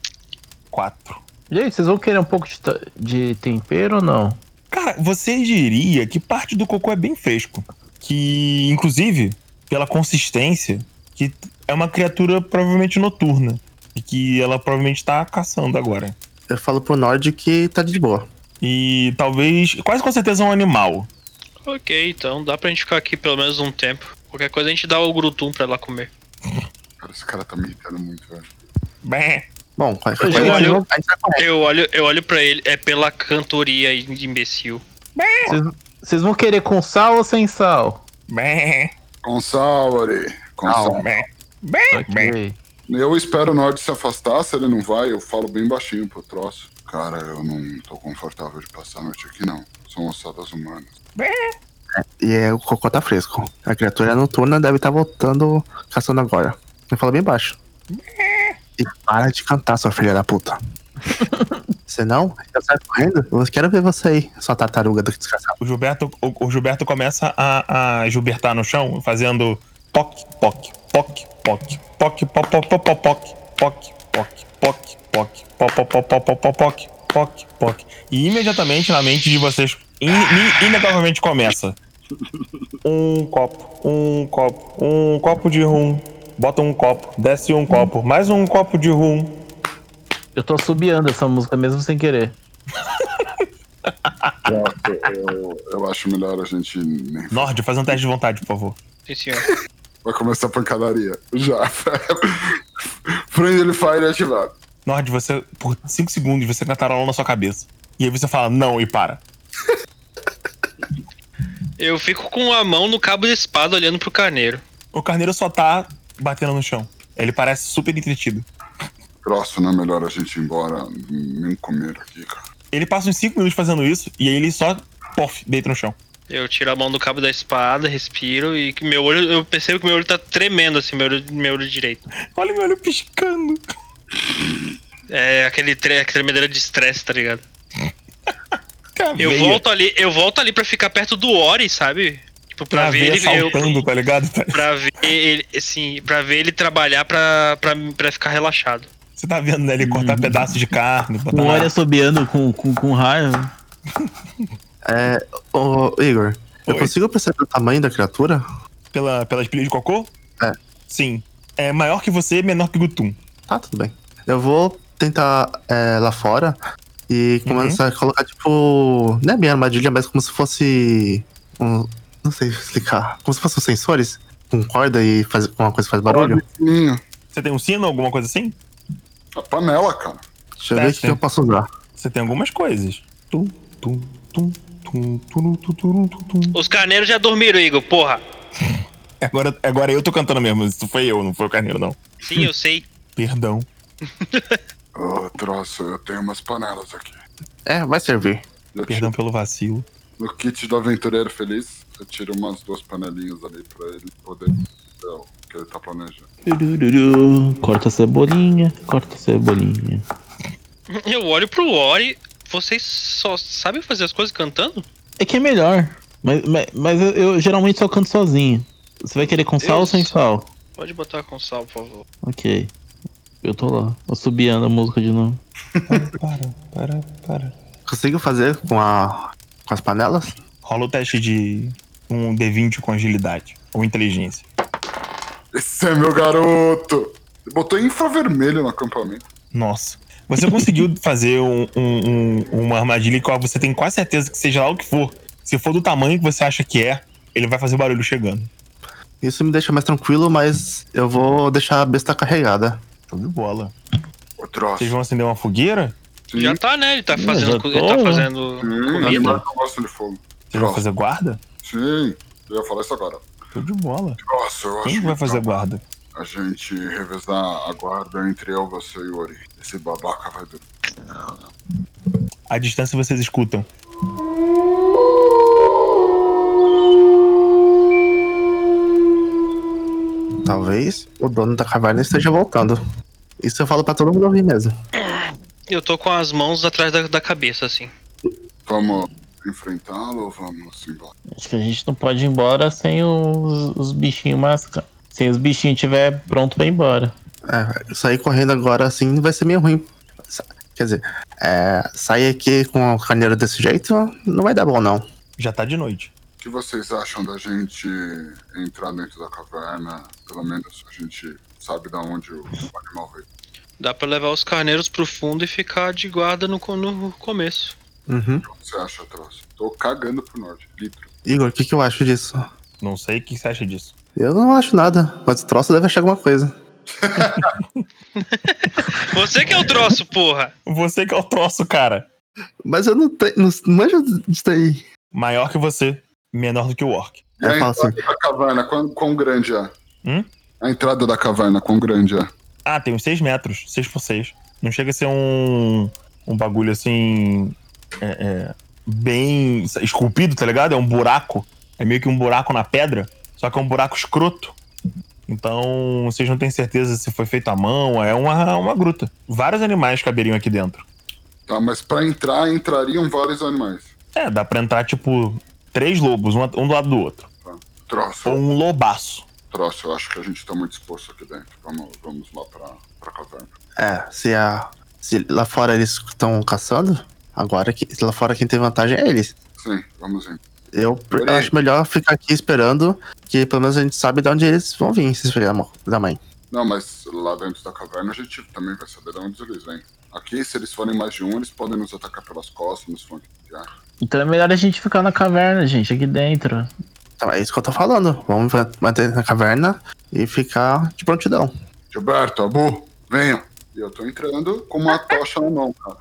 [SPEAKER 1] Quatro.
[SPEAKER 4] Gente, vocês vão querer um pouco de, ta- de tempero ou não?
[SPEAKER 1] Cara, você diria que parte do cocô é bem fresco. Que, inclusive, pela consistência, que é uma criatura provavelmente noturna. E que ela provavelmente tá caçando agora.
[SPEAKER 5] Eu falo pro Nord que tá de boa.
[SPEAKER 1] E talvez. Quase com certeza é um animal.
[SPEAKER 3] Ok, então dá pra gente ficar aqui pelo menos um tempo. Qualquer coisa a gente dá o grutum pra ela comer.
[SPEAKER 2] Cara, esse cara tá me irritando muito, velho.
[SPEAKER 1] Bem,
[SPEAKER 5] Bom, qualquer
[SPEAKER 4] Eu
[SPEAKER 5] coisa,
[SPEAKER 3] olho-
[SPEAKER 5] a
[SPEAKER 4] um,
[SPEAKER 5] gente vai correr.
[SPEAKER 1] É.
[SPEAKER 3] Eu olho, eu olho pra ele, é pela cantoria de imbecil.
[SPEAKER 4] Vocês vão querer com sal ou sem sal?
[SPEAKER 1] bem,
[SPEAKER 2] Com sal, Ori. Com sal.
[SPEAKER 1] bem, bem, bem.
[SPEAKER 4] Ok.
[SPEAKER 2] Eu espero o Nord se afastar, se ele não vai, eu falo bem baixinho pro troço. Cara, eu não tô confortável de passar a noite aqui, não. São ossadas humanas.
[SPEAKER 5] E é, o cocô tá fresco. A criatura noturna deve estar voltando, caçando agora. Eu falo bem baixo. E para de cantar, sua filha da puta. Senão, eu saio tá correndo. Eu quero ver você aí, sua tartaruga do desgraçado.
[SPEAKER 1] O Gilberto, o, o Gilberto começa a, a Gilbertar no chão, fazendo toque, poc, poc, poc, poc, poc, poc, poc, poc, poc, poc, poc, poc, poc, poc, poc, poc, poc, poc, poc, poc, poc. E imediatamente na mente de vocês, in- in- inegavelmente começa. Um copo, um copo, um copo de rum. Bota um copo, desce um copo, mais um copo de rum.
[SPEAKER 4] Eu tô assobiando essa música mesmo sem querer.
[SPEAKER 2] Eu, eu acho melhor a gente nem.
[SPEAKER 1] Nord, faz um teste de vontade, por favor.
[SPEAKER 3] Sim, senhor.
[SPEAKER 2] Vai começar a pancadaria. Já. Friendly Fire ativado.
[SPEAKER 1] Nord, você, por 5 segundos, você cantarola na sua cabeça. E aí você fala, não, e para.
[SPEAKER 3] Eu fico com a mão no cabo de espada olhando pro carneiro.
[SPEAKER 1] O carneiro só tá batendo no chão. Ele parece super entretido.
[SPEAKER 2] Grosso, não é melhor a gente ir embora nem comer aqui, cara.
[SPEAKER 1] Ele passa uns 5 minutos fazendo isso e aí ele só, pof, deita no chão.
[SPEAKER 3] Eu tiro a mão do cabo da espada, respiro e que meu olho, eu percebo que meu olho tá tremendo assim, meu olho, meu olho direito.
[SPEAKER 1] Olha meu olho piscando.
[SPEAKER 3] É aquele tre tremedeira de estresse, tá ligado?
[SPEAKER 1] Até a
[SPEAKER 3] Eu
[SPEAKER 1] veia-
[SPEAKER 3] volto ali, eu volto ali para ficar perto do Ori, sabe? Tipo
[SPEAKER 1] até
[SPEAKER 3] pra
[SPEAKER 1] a
[SPEAKER 3] ver
[SPEAKER 1] veia
[SPEAKER 3] ele eu,
[SPEAKER 1] saltando, tá ligado?
[SPEAKER 3] pra ver ele, assim, para ver ele trabalhar pra, pra, pra ficar relaxado.
[SPEAKER 1] Você tá vendo, né? Ele cortar pedaços de carne, botar
[SPEAKER 4] O
[SPEAKER 1] na-
[SPEAKER 4] Ori assobiando com, com, com raiva.
[SPEAKER 5] É, ô, Igor, eu
[SPEAKER 1] Oi.
[SPEAKER 5] consigo perceber o tamanho da criatura?
[SPEAKER 1] pela, pelas pilhas de cocô?
[SPEAKER 5] É.
[SPEAKER 1] Sim. É maior que você, menor que Gutum.
[SPEAKER 5] Tá, tudo bem. Eu vou tentar é, lá fora e começar a colocar, tipo. Não é bem armadilha, mas como se fosse. Um, não sei explicar. Como se fossem sensores com corda e faz, com uma coisa que faz barulho.
[SPEAKER 2] Minha.
[SPEAKER 1] Você tem um sino, alguma coisa assim?
[SPEAKER 2] A panela, cara.
[SPEAKER 5] Deixa eu ver o que
[SPEAKER 1] Certo.
[SPEAKER 5] que eu posso usar.
[SPEAKER 1] Você tem algumas coisas. Tum, tum, tum, tum, tum, tum, tum, tum, tum.
[SPEAKER 3] Os carneiros já dormiram, Igor, porra.
[SPEAKER 1] Agora, agora eu tô cantando mesmo. Isso foi eu, não foi o carneiro, não.
[SPEAKER 3] Sim, eu sei.
[SPEAKER 1] Perdão.
[SPEAKER 2] Ô, Oh, troço, eu tenho umas panelas aqui.
[SPEAKER 5] É, vai servir.
[SPEAKER 2] Eu
[SPEAKER 1] Perdão pelo vacilo.
[SPEAKER 2] No kit do aventureiro feliz, eu tiro umas duas panelinhas ali pra ele poder fazer o que ele tá planejando.
[SPEAKER 4] Turururu, Corta a cebolinha, corta a cebolinha.
[SPEAKER 3] Eu olho pro Ori, vocês só sabem fazer as coisas cantando?
[SPEAKER 4] É que é melhor. Mas, mas, mas eu, eu geralmente só canto sozinho. Você vai querer com sal ou sem
[SPEAKER 3] Isso.
[SPEAKER 4] sal?
[SPEAKER 3] Pode botar com sal, por favor.
[SPEAKER 4] Ok. Eu tô lá, assobiando a música de novo.
[SPEAKER 1] Para, para, para.
[SPEAKER 5] Consigo fazer com, a, com as panelas?
[SPEAKER 1] Rola o teste de um D20 com agilidade ou inteligência.
[SPEAKER 2] Esse é meu garoto! Ele botou infravermelho no acampamento.
[SPEAKER 1] Nossa. Você conseguiu fazer um- um- um- uma armadilha que você tem quase certeza que seja lá o que for. Se for do tamanho que você acha que é, ele vai fazer barulho chegando.
[SPEAKER 5] Isso me deixa mais tranquilo, mas eu vou deixar a besta carregada.
[SPEAKER 1] Show de bola.
[SPEAKER 2] Ô, troço.
[SPEAKER 1] Vocês vão acender uma fogueira?
[SPEAKER 2] Sim,
[SPEAKER 3] Já tá, né? Ele tá
[SPEAKER 4] Ih,
[SPEAKER 3] fazendo,
[SPEAKER 4] já
[SPEAKER 3] co- ele
[SPEAKER 4] tô,
[SPEAKER 3] tá
[SPEAKER 4] né?
[SPEAKER 3] fazendo
[SPEAKER 2] sim,
[SPEAKER 3] comida.
[SPEAKER 1] né?
[SPEAKER 2] animais não gostam de fogo.
[SPEAKER 1] Vocês vão
[SPEAKER 2] Troço.
[SPEAKER 1] fazer guarda?
[SPEAKER 2] Sim, eu ia falar isso agora.
[SPEAKER 1] Show de bola.
[SPEAKER 2] Troço, eu acho
[SPEAKER 1] Quem vai
[SPEAKER 2] legal
[SPEAKER 1] fazer guarda?
[SPEAKER 2] a gente revezar a guarda entre eu, você e o Ori. Esse babaca vai dormir.
[SPEAKER 1] A distância vocês escutam.
[SPEAKER 5] Talvez o dono da caverna esteja voltando. Isso eu falo pra todo mundo ouvir mesmo.
[SPEAKER 3] Eu tô com as mãos atrás da, da cabeça, assim.
[SPEAKER 2] Vamos enfrentá-lo ou vamos embora?
[SPEAKER 4] Acho que a gente não pode ir embora sem os, os bichinhos mascar. Se os bichinhos estiver pronto pra ir embora.
[SPEAKER 5] É, sair correndo agora assim vai ser meio ruim. Sa- Quer dizer, é, sair aqui com o carneiro desse jeito não vai dar bom, não.
[SPEAKER 1] Já tá de noite.
[SPEAKER 2] O que vocês acham da gente entrar dentro da caverna? Pelo menos a gente sabe da onde o animal veio.
[SPEAKER 3] Dá pra levar os carneiros pro fundo e ficar de guarda no, co- no começo.
[SPEAKER 5] Uhum.
[SPEAKER 2] O que você acha, troço? Tô cagando pro norte. Litro.
[SPEAKER 5] Igor, o que, que eu acho disso?
[SPEAKER 1] Não sei o que você acha disso.
[SPEAKER 5] Eu não acho nada, mas o troço deve achar alguma coisa.
[SPEAKER 3] Você que é o troço, porra!
[SPEAKER 1] Você que é o troço, cara.
[SPEAKER 5] Mas eu não tenho. Não manjo disso daí.
[SPEAKER 1] Maior que você, menor do que o orc.
[SPEAKER 2] E a
[SPEAKER 5] Eu falo
[SPEAKER 2] entrada
[SPEAKER 5] assim,
[SPEAKER 2] da caverna, quão, quão grande é?
[SPEAKER 1] Hum?
[SPEAKER 2] A entrada da caverna, quão grande é?
[SPEAKER 1] Ah, tem uns 6 metros, 6 por 6. Não chega a ser um, um bagulho assim. é, é, bem esculpido, tá ligado? É um buraco. É meio que um buraco na pedra, só que é um buraco escroto. Então, vocês não têm certeza se foi feito à mão, é uma, uma gruta. Vários animais caberiam aqui dentro.
[SPEAKER 2] Tá, mas pra entrar, entrariam vários animais.
[SPEAKER 1] É, dá pra entrar, tipo, três lobos, um, a- um do lado do outro.
[SPEAKER 2] Troço,
[SPEAKER 1] Ou um lobaço.
[SPEAKER 2] troço, eu acho que a gente tá muito exposto aqui dentro. Vamos, vamos lá pra, pra caverna.
[SPEAKER 5] é, se, a, se lá fora eles estão caçando, agora que, lá fora quem tem vantagem é eles.
[SPEAKER 2] Sim, vamos em.
[SPEAKER 5] Eu
[SPEAKER 2] Por aí.
[SPEAKER 5] acho melhor ficar aqui esperando, que pelo menos a gente sabe de onde eles vão vir, se esfregar da mãe.
[SPEAKER 2] Não, mas lá dentro da caverna a gente também vai saber de onde eles vêm. Aqui, se eles forem mais de um, eles podem nos atacar pelas costas, nos flanquear.
[SPEAKER 4] Então é melhor a gente ficar na caverna, gente, aqui dentro.
[SPEAKER 5] Então é isso que eu tô falando. Vamos va- manter na caverna e ficar de prontidão.
[SPEAKER 2] Gilberto, Abu, venham. E eu tô entrando com uma tocha na mão, cara.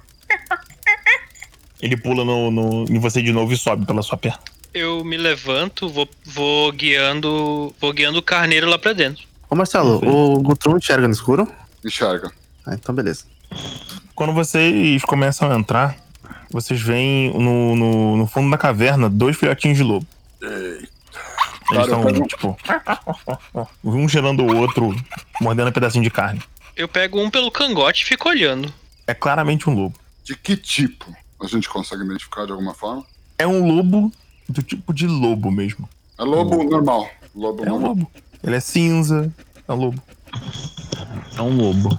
[SPEAKER 1] Ele pula no, no, em você de novo e sobe pela sua perna.
[SPEAKER 3] Eu me levanto, vou, vou guiando. Vou guiando o carneiro lá pra dentro.
[SPEAKER 5] Ô Marcelo, o Gutrun enxerga no escuro?
[SPEAKER 2] Enxerga.
[SPEAKER 5] Ah, então beleza.
[SPEAKER 1] Quando vocês começam a entrar, vocês veem no, no, no fundo da caverna dois filhotinhos de lobo. Eles
[SPEAKER 2] Cara, eu
[SPEAKER 1] estão,
[SPEAKER 2] pego-
[SPEAKER 1] tipo, um gerando o outro, mordendo um pedacinho de carne.
[SPEAKER 3] Eu pego um pelo cangote e fico olhando.
[SPEAKER 1] É claramente um lobo.
[SPEAKER 2] De que tipo? A gente consegue identificar de alguma forma?
[SPEAKER 1] É um lobo do tipo de lobo mesmo.
[SPEAKER 2] É lobo normal. Lobo
[SPEAKER 1] Hum. É um
[SPEAKER 2] normal.
[SPEAKER 1] lobo. Ele é cinza, é um lobo.
[SPEAKER 7] É um lobo.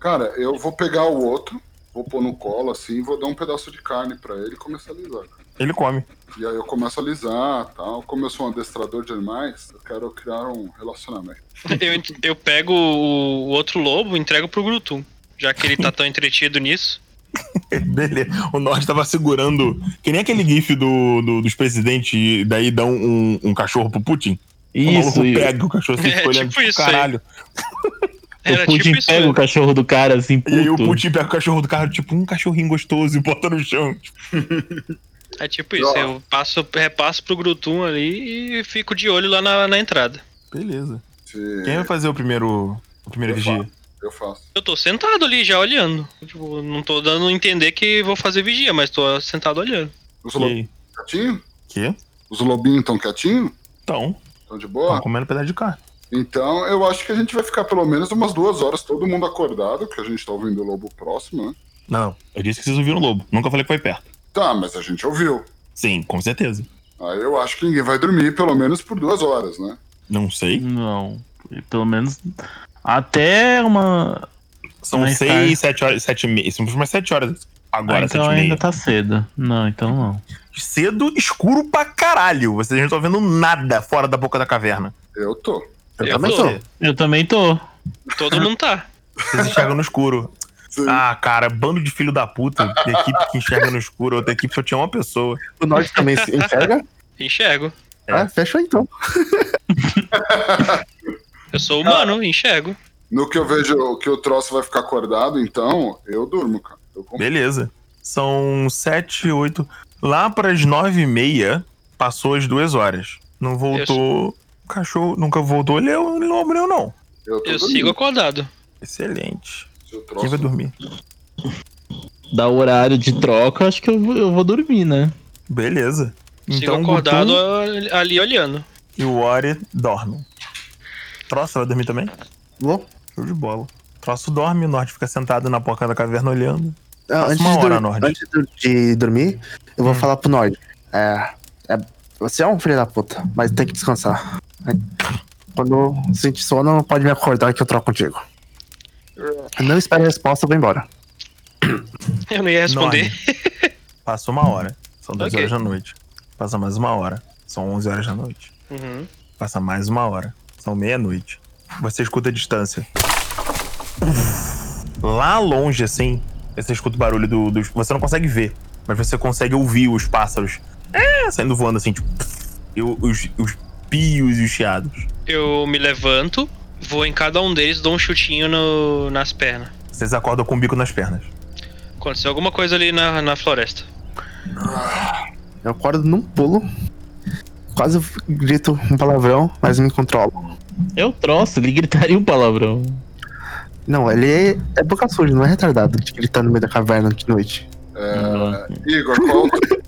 [SPEAKER 2] Cara, eu vou pegar o outro, vou pôr no colo assim, vou dar um pedaço de carne pra ele e começar a lisar. cara.
[SPEAKER 1] Ele come.
[SPEAKER 2] E aí eu começo a lisar tal. Como eu sou um adestrador de animais, eu quero criar um relacionamento.
[SPEAKER 3] Eu, ent- eu pego o, o outro lobo e entrego pro Grutum. Já que ele tá tão entretido nisso.
[SPEAKER 1] Beleza. O Norte tava segurando. Que nem aquele gif do, do- dos presidentes e daí dão um, um cachorro pro Putin. o
[SPEAKER 4] Isso,
[SPEAKER 1] maluco
[SPEAKER 4] isso.
[SPEAKER 1] pega o cachorro assim,
[SPEAKER 3] É,
[SPEAKER 1] fica olhando,
[SPEAKER 3] tipo
[SPEAKER 1] tipo,
[SPEAKER 3] isso aí.
[SPEAKER 1] caralho.
[SPEAKER 3] Era
[SPEAKER 4] o Putin
[SPEAKER 3] tipo isso.
[SPEAKER 4] pega
[SPEAKER 3] mesmo.
[SPEAKER 4] o cachorro do cara assim, puto.
[SPEAKER 1] E aí o Putin pega o cachorro do carro, tipo, um cachorrinho gostoso e bota no chão. Tipo,
[SPEAKER 3] É tipo isso. Eu passo, repasso pro Grutum ali e fico de olho lá na, na entrada.
[SPEAKER 1] Beleza.
[SPEAKER 2] Se
[SPEAKER 1] Quem vai fazer o primeiro. O primeiro
[SPEAKER 2] Eu
[SPEAKER 1] vigia?
[SPEAKER 2] eu faço.
[SPEAKER 3] Eu tô sentado ali já olhando. Tipo, não tô dando a entender que vou fazer vigia, mas tô sentado olhando.
[SPEAKER 2] Os
[SPEAKER 1] E
[SPEAKER 2] lobinhos
[SPEAKER 1] aí?
[SPEAKER 2] estão quietinhos?
[SPEAKER 1] Quê?
[SPEAKER 2] Os lobinhos estão quietinhos?
[SPEAKER 1] Então,
[SPEAKER 2] Estão de
[SPEAKER 1] tão
[SPEAKER 2] boa?
[SPEAKER 1] comendo um pedaço de carne.
[SPEAKER 2] Então eu acho que a gente vai ficar pelo menos umas duas horas todo mundo acordado, que a gente tá ouvindo o lobo próximo, né?
[SPEAKER 1] Não, não. Eu disse que vocês ouviram o lobo. Nunca falei que foi perto.
[SPEAKER 2] Tá, mas a gente ouviu.
[SPEAKER 1] Sim, com certeza.
[SPEAKER 2] Aí eu acho que ninguém vai dormir pelo menos por duas horas, né?
[SPEAKER 1] Não sei.
[SPEAKER 4] Não, pelo menos até uma.
[SPEAKER 1] São
[SPEAKER 4] Mais
[SPEAKER 1] seis,
[SPEAKER 4] tarde.
[SPEAKER 1] sete horas, sete e meia. São umas sete horas agora,
[SPEAKER 4] Ah, então
[SPEAKER 1] sete e meia.
[SPEAKER 4] ainda tá cedo. Não, então não.
[SPEAKER 1] Cedo, escuro pra caralho. Vocês não estão vendo nada fora da boca da caverna.
[SPEAKER 2] Eu tô.
[SPEAKER 5] Eu,
[SPEAKER 3] Eu
[SPEAKER 5] também
[SPEAKER 3] tô.
[SPEAKER 5] tô.
[SPEAKER 4] Eu também tô.
[SPEAKER 3] Todo mundo tá.
[SPEAKER 1] Vocês enxergam no escuro.
[SPEAKER 2] Sim.
[SPEAKER 1] Ah, cara, bando de filho da puta. Tem equipe que enxerga no escuro, outra equipe só tinha uma pessoa.
[SPEAKER 5] O Norte também se enxerga?
[SPEAKER 3] Enxergo.
[SPEAKER 1] É.
[SPEAKER 5] Ah, fechou então.
[SPEAKER 3] Eu sou humano, enxergo.
[SPEAKER 2] No que eu vejo que o troço vai ficar acordado, então eu durmo, cara. Eu compro.
[SPEAKER 1] Beleza. São sete, oito. Lá pras nove e meia, passou as duas horas. Não voltou. O cachorro nunca voltou. Ele, é ele não abriu, não.
[SPEAKER 2] Eu, tô
[SPEAKER 3] Eu
[SPEAKER 2] dormindo.
[SPEAKER 3] sigo acordado.
[SPEAKER 1] Excelente.
[SPEAKER 2] Se o
[SPEAKER 1] Quem vai
[SPEAKER 2] troço
[SPEAKER 1] dormir?
[SPEAKER 4] Dá o horário de troca, acho que eu, vou- eu vou dormir, né?
[SPEAKER 1] Beleza.
[SPEAKER 3] Sigo
[SPEAKER 1] Então,
[SPEAKER 3] acordado
[SPEAKER 1] Gutum
[SPEAKER 3] ali- ali olhando.
[SPEAKER 1] e o Ori dormem. Troça vai dormir também?
[SPEAKER 5] Vou. ah,
[SPEAKER 1] Show de bola. Troço dorme, o Norte fica sentado na porca da caverna olhando.
[SPEAKER 5] Ah,
[SPEAKER 1] Passa
[SPEAKER 5] antes
[SPEAKER 1] uma
[SPEAKER 5] de,
[SPEAKER 1] hora, Hum.
[SPEAKER 5] dur-
[SPEAKER 1] Nord.
[SPEAKER 5] antes do- de dormir, eu vou falar pro Nord. É, é, você é um filho da puta, mas tem que descansar. É, Quando eu sentir sono, pode me acordar que eu troco contigo. Eu não espero a resposta, eu vou embora.
[SPEAKER 3] Eu não ia responder.
[SPEAKER 1] Nord. Passa uma hora. São 10
[SPEAKER 3] Ok.
[SPEAKER 1] horas da noite. Passa mais uma hora. São 11 horas da noite.
[SPEAKER 3] Uhum.
[SPEAKER 1] Passa mais uma hora. São meia-noite. Você escuta a distância. Lá longe, assim, você escuta o barulho do- dos. Você não consegue ver, mas você consegue ouvir os pássaros. É, saindo voando assim, tipo. E o- os, os pios e os chiados.
[SPEAKER 3] Eu me levanto, vou em cada um deles, dou um chutinho no- nas pernas.
[SPEAKER 1] Vocês acordam com o bico nas pernas.
[SPEAKER 3] Aconteceu alguma coisa ali na, na floresta.
[SPEAKER 5] Eu acordo num pulo, quase grito um palavrão, mas me controlo.
[SPEAKER 4] Eu É troço, ele gritaria um palavrão.
[SPEAKER 5] Não, ele é, é boca suja, não é retardado de gritar no meio da caverna de noite.
[SPEAKER 1] Ah,
[SPEAKER 4] Não.
[SPEAKER 2] Igor, qual a altura-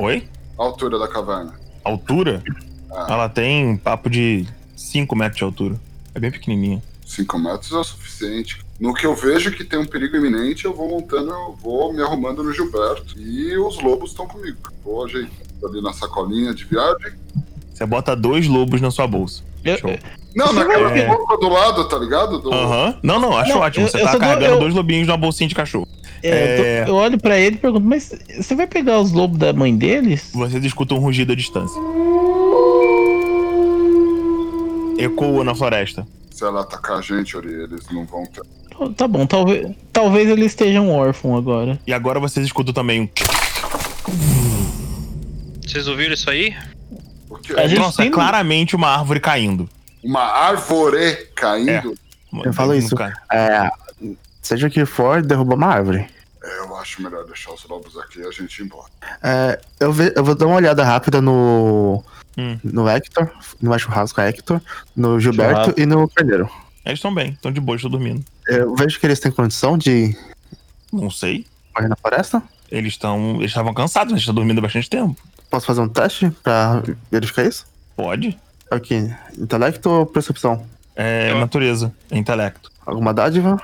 [SPEAKER 1] Oi?
[SPEAKER 2] a altura da caverna?
[SPEAKER 1] altura,
[SPEAKER 2] Ah.
[SPEAKER 1] ela tem um papo de 5 metros de altura. É bem pequenininha.
[SPEAKER 2] Cinco metros é o suficiente. No que eu vejo que tem um perigo iminente, eu vou montando, eu vou me arrumando no Gilberto. E os lobos estão comigo. Vou ajeitando ali na sacolinha de viagem.
[SPEAKER 1] Você bota dois lobos na sua bolsa.
[SPEAKER 4] Eu,
[SPEAKER 1] Show.
[SPEAKER 2] Não, naquela
[SPEAKER 1] É.
[SPEAKER 2] roupa do lado, tá ligado? Do...
[SPEAKER 1] Aham. Não, não, acho
[SPEAKER 4] Não,
[SPEAKER 1] ótimo.
[SPEAKER 4] eu-
[SPEAKER 1] Você
[SPEAKER 4] eu
[SPEAKER 1] tá
[SPEAKER 4] só dou-
[SPEAKER 1] carregando
[SPEAKER 4] eu-
[SPEAKER 1] dois lobinhos numa bolsinha de cachorro.
[SPEAKER 4] é, eu tô-
[SPEAKER 1] É.
[SPEAKER 4] eu olho pra ele e pergunto, mas você vai pegar os lobos da mãe deles?
[SPEAKER 1] Vocês escutam um rugido à distância. Ecoa na floresta.
[SPEAKER 2] Se ela atacar a gente, Ori, eles não vão ter.
[SPEAKER 4] Tá bom, talvez, talvez ele esteja um órfão agora.
[SPEAKER 1] E agora vocês escutam também um.
[SPEAKER 3] Vocês ouviram isso aí?
[SPEAKER 2] O quê?
[SPEAKER 4] A gente
[SPEAKER 1] Nossa, é
[SPEAKER 4] tem-
[SPEAKER 1] claramente uma árvore caindo.
[SPEAKER 2] Uma árvore caindo?
[SPEAKER 5] Eu falo isso.
[SPEAKER 1] Cara.
[SPEAKER 5] É, seja o que for, derruba uma árvore.
[SPEAKER 2] Eu Acho melhor deixar os lobos aqui e a gente ir embora.
[SPEAKER 5] É, eu, ve- eu vou dar uma olhada rápida no.
[SPEAKER 1] Hum.
[SPEAKER 5] No Hector, no churrasco Hector, no Gilberto
[SPEAKER 4] Churrasco.
[SPEAKER 5] e no Carneiro.
[SPEAKER 1] Eles estão bem, estão de boa, estão dormindo.
[SPEAKER 5] Eu vejo que eles têm condição de
[SPEAKER 1] Não sei.
[SPEAKER 5] correr na floresta.
[SPEAKER 1] Eles estão. Eles estavam cansados, eles estão dormindo há bastante tempo.
[SPEAKER 5] Posso fazer um teste pra verificar isso?
[SPEAKER 1] Pode.
[SPEAKER 5] É o quê? Intelecto ou percepção?
[SPEAKER 1] É
[SPEAKER 3] Eu-
[SPEAKER 1] natureza, é intelecto.
[SPEAKER 5] Alguma dádiva?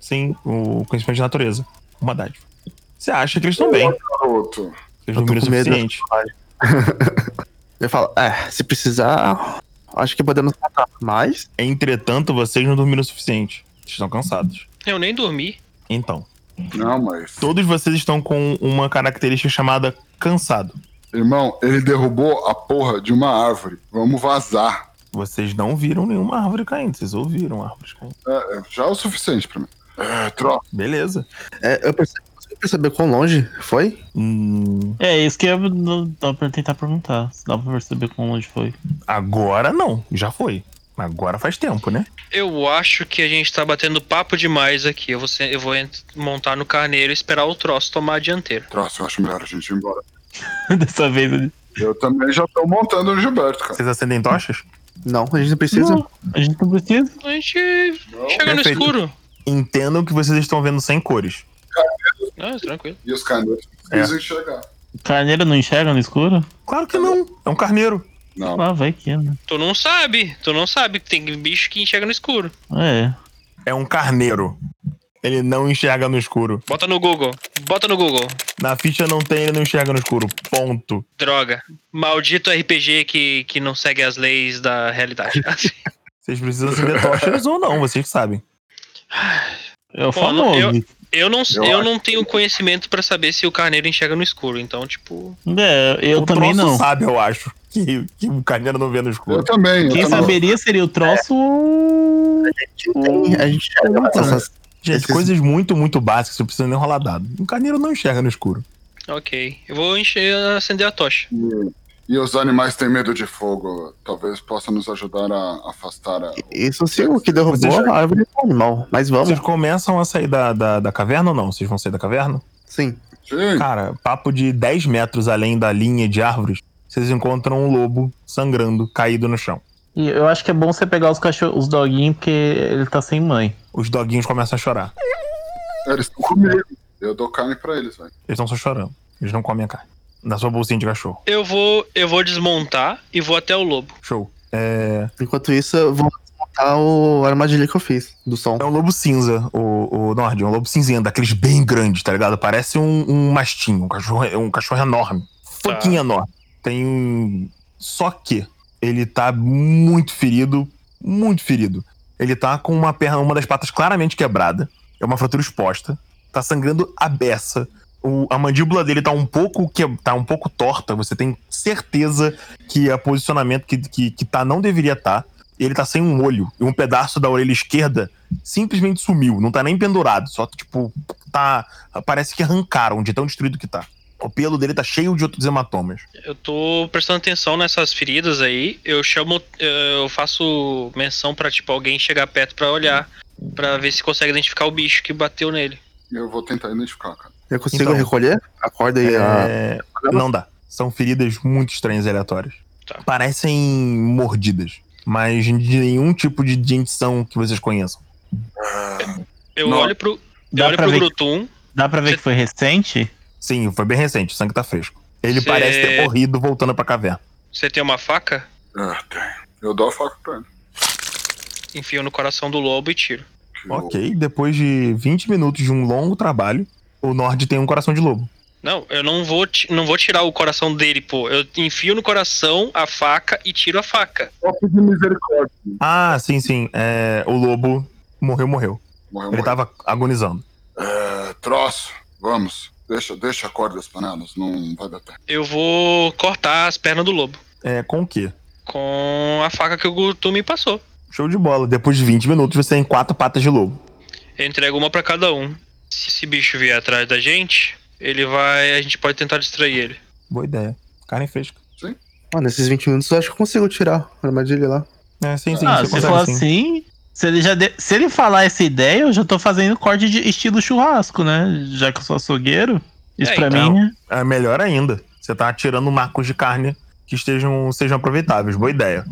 [SPEAKER 1] Sim, o conhecimento de natureza. Uma dádiva. Você acha que eles estão bem.
[SPEAKER 2] Garoto,
[SPEAKER 1] Eles
[SPEAKER 5] Eu tô
[SPEAKER 1] dormiram o
[SPEAKER 5] com medo.
[SPEAKER 1] suficiente.
[SPEAKER 5] Eu falo, é, se precisar, acho que podemos matar. Mas,
[SPEAKER 1] Entretanto, vocês não dormiram o suficiente. Vocês estão cansados.
[SPEAKER 3] Eu nem dormi.
[SPEAKER 1] Então,
[SPEAKER 2] não, mas.
[SPEAKER 1] todos vocês estão com uma característica chamada cansado.
[SPEAKER 2] Irmão, ele derrubou a porra de uma árvore. Vamos vazar.
[SPEAKER 1] Vocês não viram nenhuma árvore caindo, vocês ouviram árvores caindo.
[SPEAKER 2] É, é, já é o suficiente pra mim. É, troca.
[SPEAKER 1] Beleza.
[SPEAKER 5] é, eu percebo, consigo perceber quão longe foi?
[SPEAKER 1] Hum,
[SPEAKER 4] É, isso que eu não- dá pra tentar perguntar. Se dá pra perceber como longe foi.
[SPEAKER 1] agora não, já foi. Agora faz tempo, né?
[SPEAKER 3] Eu acho que a gente tá batendo papo demais aqui. Eu vou, se- eu vou ent- montar no carneiro e esperar o troço tomar a dianteira.
[SPEAKER 2] Troço, eu acho melhor a gente ir embora.
[SPEAKER 4] Dessa vez ele.
[SPEAKER 2] Eu também já tô montando no Gilberto, cara.
[SPEAKER 1] Vocês acendem tochas?
[SPEAKER 5] Não, a gente não precisa.
[SPEAKER 4] Não, a gente não precisa.
[SPEAKER 3] A gente chega no
[SPEAKER 1] Perfeito.
[SPEAKER 3] escuro.
[SPEAKER 1] Entendam que vocês estão vendo sem cores.
[SPEAKER 3] Não, Ah, tranquilo.
[SPEAKER 2] E os carneiros precisam enxergar.
[SPEAKER 4] Carneiro não enxerga no escuro?
[SPEAKER 1] Claro que não, é um carneiro.
[SPEAKER 2] Não.
[SPEAKER 4] Ah, vai que, né?
[SPEAKER 3] Tu não sabe. Tu não sabe. Tem bicho que enxerga no escuro.
[SPEAKER 4] É.
[SPEAKER 1] É um carneiro. Ele não enxerga no escuro.
[SPEAKER 3] Bota no Google. Bota no Google.
[SPEAKER 1] Na ficha não tem, ele não enxerga no escuro. Ponto.
[SPEAKER 3] Droga. Maldito RPG que, que não segue as leis da realidade. Assim,
[SPEAKER 1] Vocês precisam acender tochas ou não, vocês que sabem.
[SPEAKER 4] Eu
[SPEAKER 3] Pô,
[SPEAKER 4] falo,
[SPEAKER 3] não-
[SPEAKER 4] ouve.
[SPEAKER 3] Eu não,
[SPEAKER 2] Eu
[SPEAKER 3] eu não tenho conhecimento pra saber se o carneiro enxerga no escuro. Então, tipo.
[SPEAKER 4] É, eu
[SPEAKER 1] o
[SPEAKER 4] também
[SPEAKER 1] troço
[SPEAKER 4] não.
[SPEAKER 1] sabe, eu acho, que, que o carneiro não vê no
[SPEAKER 2] Eu
[SPEAKER 1] escuro.
[SPEAKER 2] também. Eu
[SPEAKER 4] Quem
[SPEAKER 2] também.
[SPEAKER 4] saberia seria o troço
[SPEAKER 1] É.
[SPEAKER 4] ou.
[SPEAKER 5] Tem- a gente enxerga muito essas-
[SPEAKER 1] Gente,
[SPEAKER 5] Esses-
[SPEAKER 1] coisas muito, muito básicas, você não precisa nem rolar dado. Um carneiro não enxerga no escuro.
[SPEAKER 3] Ok. Eu vou encher, acender a tocha.
[SPEAKER 2] E os animais têm medo de fogo. Talvez possa nos ajudar a afastar a.
[SPEAKER 5] Isso sim, o que derrubou
[SPEAKER 1] Vocês-
[SPEAKER 5] a árvore foi um animal. Mas vamos,
[SPEAKER 1] Vocês começam a sair da, da, da caverna ou não? Vocês vão sair da caverna?
[SPEAKER 5] sim.
[SPEAKER 2] Sim,
[SPEAKER 1] Cara, papo de 10 metros além da linha de árvores, vocês encontram um lobo sangrando, caído no chão.
[SPEAKER 4] E eu acho que é bom você pegar os cachorros, os doguinhos, porque ele tá sem mãe.
[SPEAKER 1] Os doguinhos começam a chorar.
[SPEAKER 2] eles estão comigo. Eu dou carne pra eles, velho.
[SPEAKER 1] Eles estão só chorando. Eles não comem a carne. Na sua bolsinha de cachorro.
[SPEAKER 3] Eu vou, eu vou desmontar e vou até o lobo.
[SPEAKER 1] Show. É,
[SPEAKER 5] Enquanto isso, eu vou desmontar o a armadilha que eu fiz do som.
[SPEAKER 1] é um lobo cinza, o, o Nord. É um lobo cinzento, daqueles bem grandes, tá ligado? Parece um, um mastinho. Um cachorro, é um cachorro enorme.
[SPEAKER 3] Tá.
[SPEAKER 1] Fucking enorme. Tem um. Só que ele tá muito ferido. Muito ferido. Ele tá com uma perna, uma das patas claramente quebrada. É uma fratura exposta. Tá sangrando a beça. O- a mandíbula dele tá um pouco que, tá um pouco torta. Você tem certeza que é posicionamento que, que, que tá não deveria estar. Tá. Ele tá sem um olho. E um pedaço da orelha esquerda simplesmente sumiu. Não tá nem pendurado. Só, tipo, tá. Parece que arrancaram de tão destruído que tá. O pelo dele tá cheio de outros hematomas.
[SPEAKER 3] Eu tô prestando atenção nessas feridas aí. Eu chamo. eh, Eu faço menção pra, tipo, alguém chegar perto pra olhar. Pra ver se consegue identificar o bicho que bateu nele.
[SPEAKER 2] Eu vou tentar identificar, cara.
[SPEAKER 5] Eu consigo
[SPEAKER 1] Então.
[SPEAKER 5] recolher ah, a corda e a.
[SPEAKER 1] É, não dá. São feridas muito estranhas e aleatórias.
[SPEAKER 3] Tá.
[SPEAKER 1] Parecem mordidas, mas de nenhum tipo de dentição que vocês conheçam.
[SPEAKER 3] Eu
[SPEAKER 2] Não.
[SPEAKER 3] olho pro. Eu
[SPEAKER 4] Dá
[SPEAKER 3] olho
[SPEAKER 4] pra
[SPEAKER 3] pro
[SPEAKER 4] ver-
[SPEAKER 3] Grutum.
[SPEAKER 4] Dá pra ver que foi recente?
[SPEAKER 1] Sim, foi bem recente, o sangue tá fresco. Ele
[SPEAKER 3] Cê-
[SPEAKER 1] parece ter corrido voltando pra caverna.
[SPEAKER 3] Você tem uma faca?
[SPEAKER 2] Ah, tem. Eu dou a faca pra ele.
[SPEAKER 3] Enfio no coração do lobo e tiro.
[SPEAKER 2] Que
[SPEAKER 1] Ok, depois de 20 minutos de um longo trabalho, o Nord tem um coração de lobo.
[SPEAKER 3] Não, eu não vou, ti- não vou tirar o coração dele, pô. Eu enfio no coração a faca e tiro a faca.
[SPEAKER 2] Só pedir misericórdia.
[SPEAKER 1] Ah, sim, sim. é, o lobo morreu, morreu.
[SPEAKER 2] Morreu,
[SPEAKER 1] Ele tá-
[SPEAKER 2] morreu.
[SPEAKER 1] tava agonizando.
[SPEAKER 2] É, troço, vamos. Deixa, deixa a corda das panelas, não vai dar tempo.
[SPEAKER 3] Eu vou cortar as pernas do lobo
[SPEAKER 1] É, com o quê?
[SPEAKER 3] com a faca que o Gutu me passou.
[SPEAKER 1] Show de bola. Depois de 20 minutos, você tem quatro patas de lobo.
[SPEAKER 3] Eu entrego uma pra cada um. Se esse bicho vier atrás da gente, ele vai. A gente pode tentar distrair ele.
[SPEAKER 1] Boa ideia. Carne fresca.
[SPEAKER 5] Ah, nesses 20 minutos eu acho que eu consigo tirar a armadilha lá.
[SPEAKER 1] É, sim, sim.
[SPEAKER 4] ah,
[SPEAKER 1] você
[SPEAKER 4] se
[SPEAKER 1] consegue
[SPEAKER 4] for
[SPEAKER 1] sim.
[SPEAKER 4] assim, Se ele, já de- se ele falar essa ideia, eu já tô fazendo corte de estilo churrasco, né? Já que eu sou açougueiro. Isso
[SPEAKER 3] É,
[SPEAKER 4] pra
[SPEAKER 3] então.
[SPEAKER 4] mim é.
[SPEAKER 1] É melhor ainda. Você tá tirando marcos de carne que estejam, sejam aproveitáveis. Boa ideia.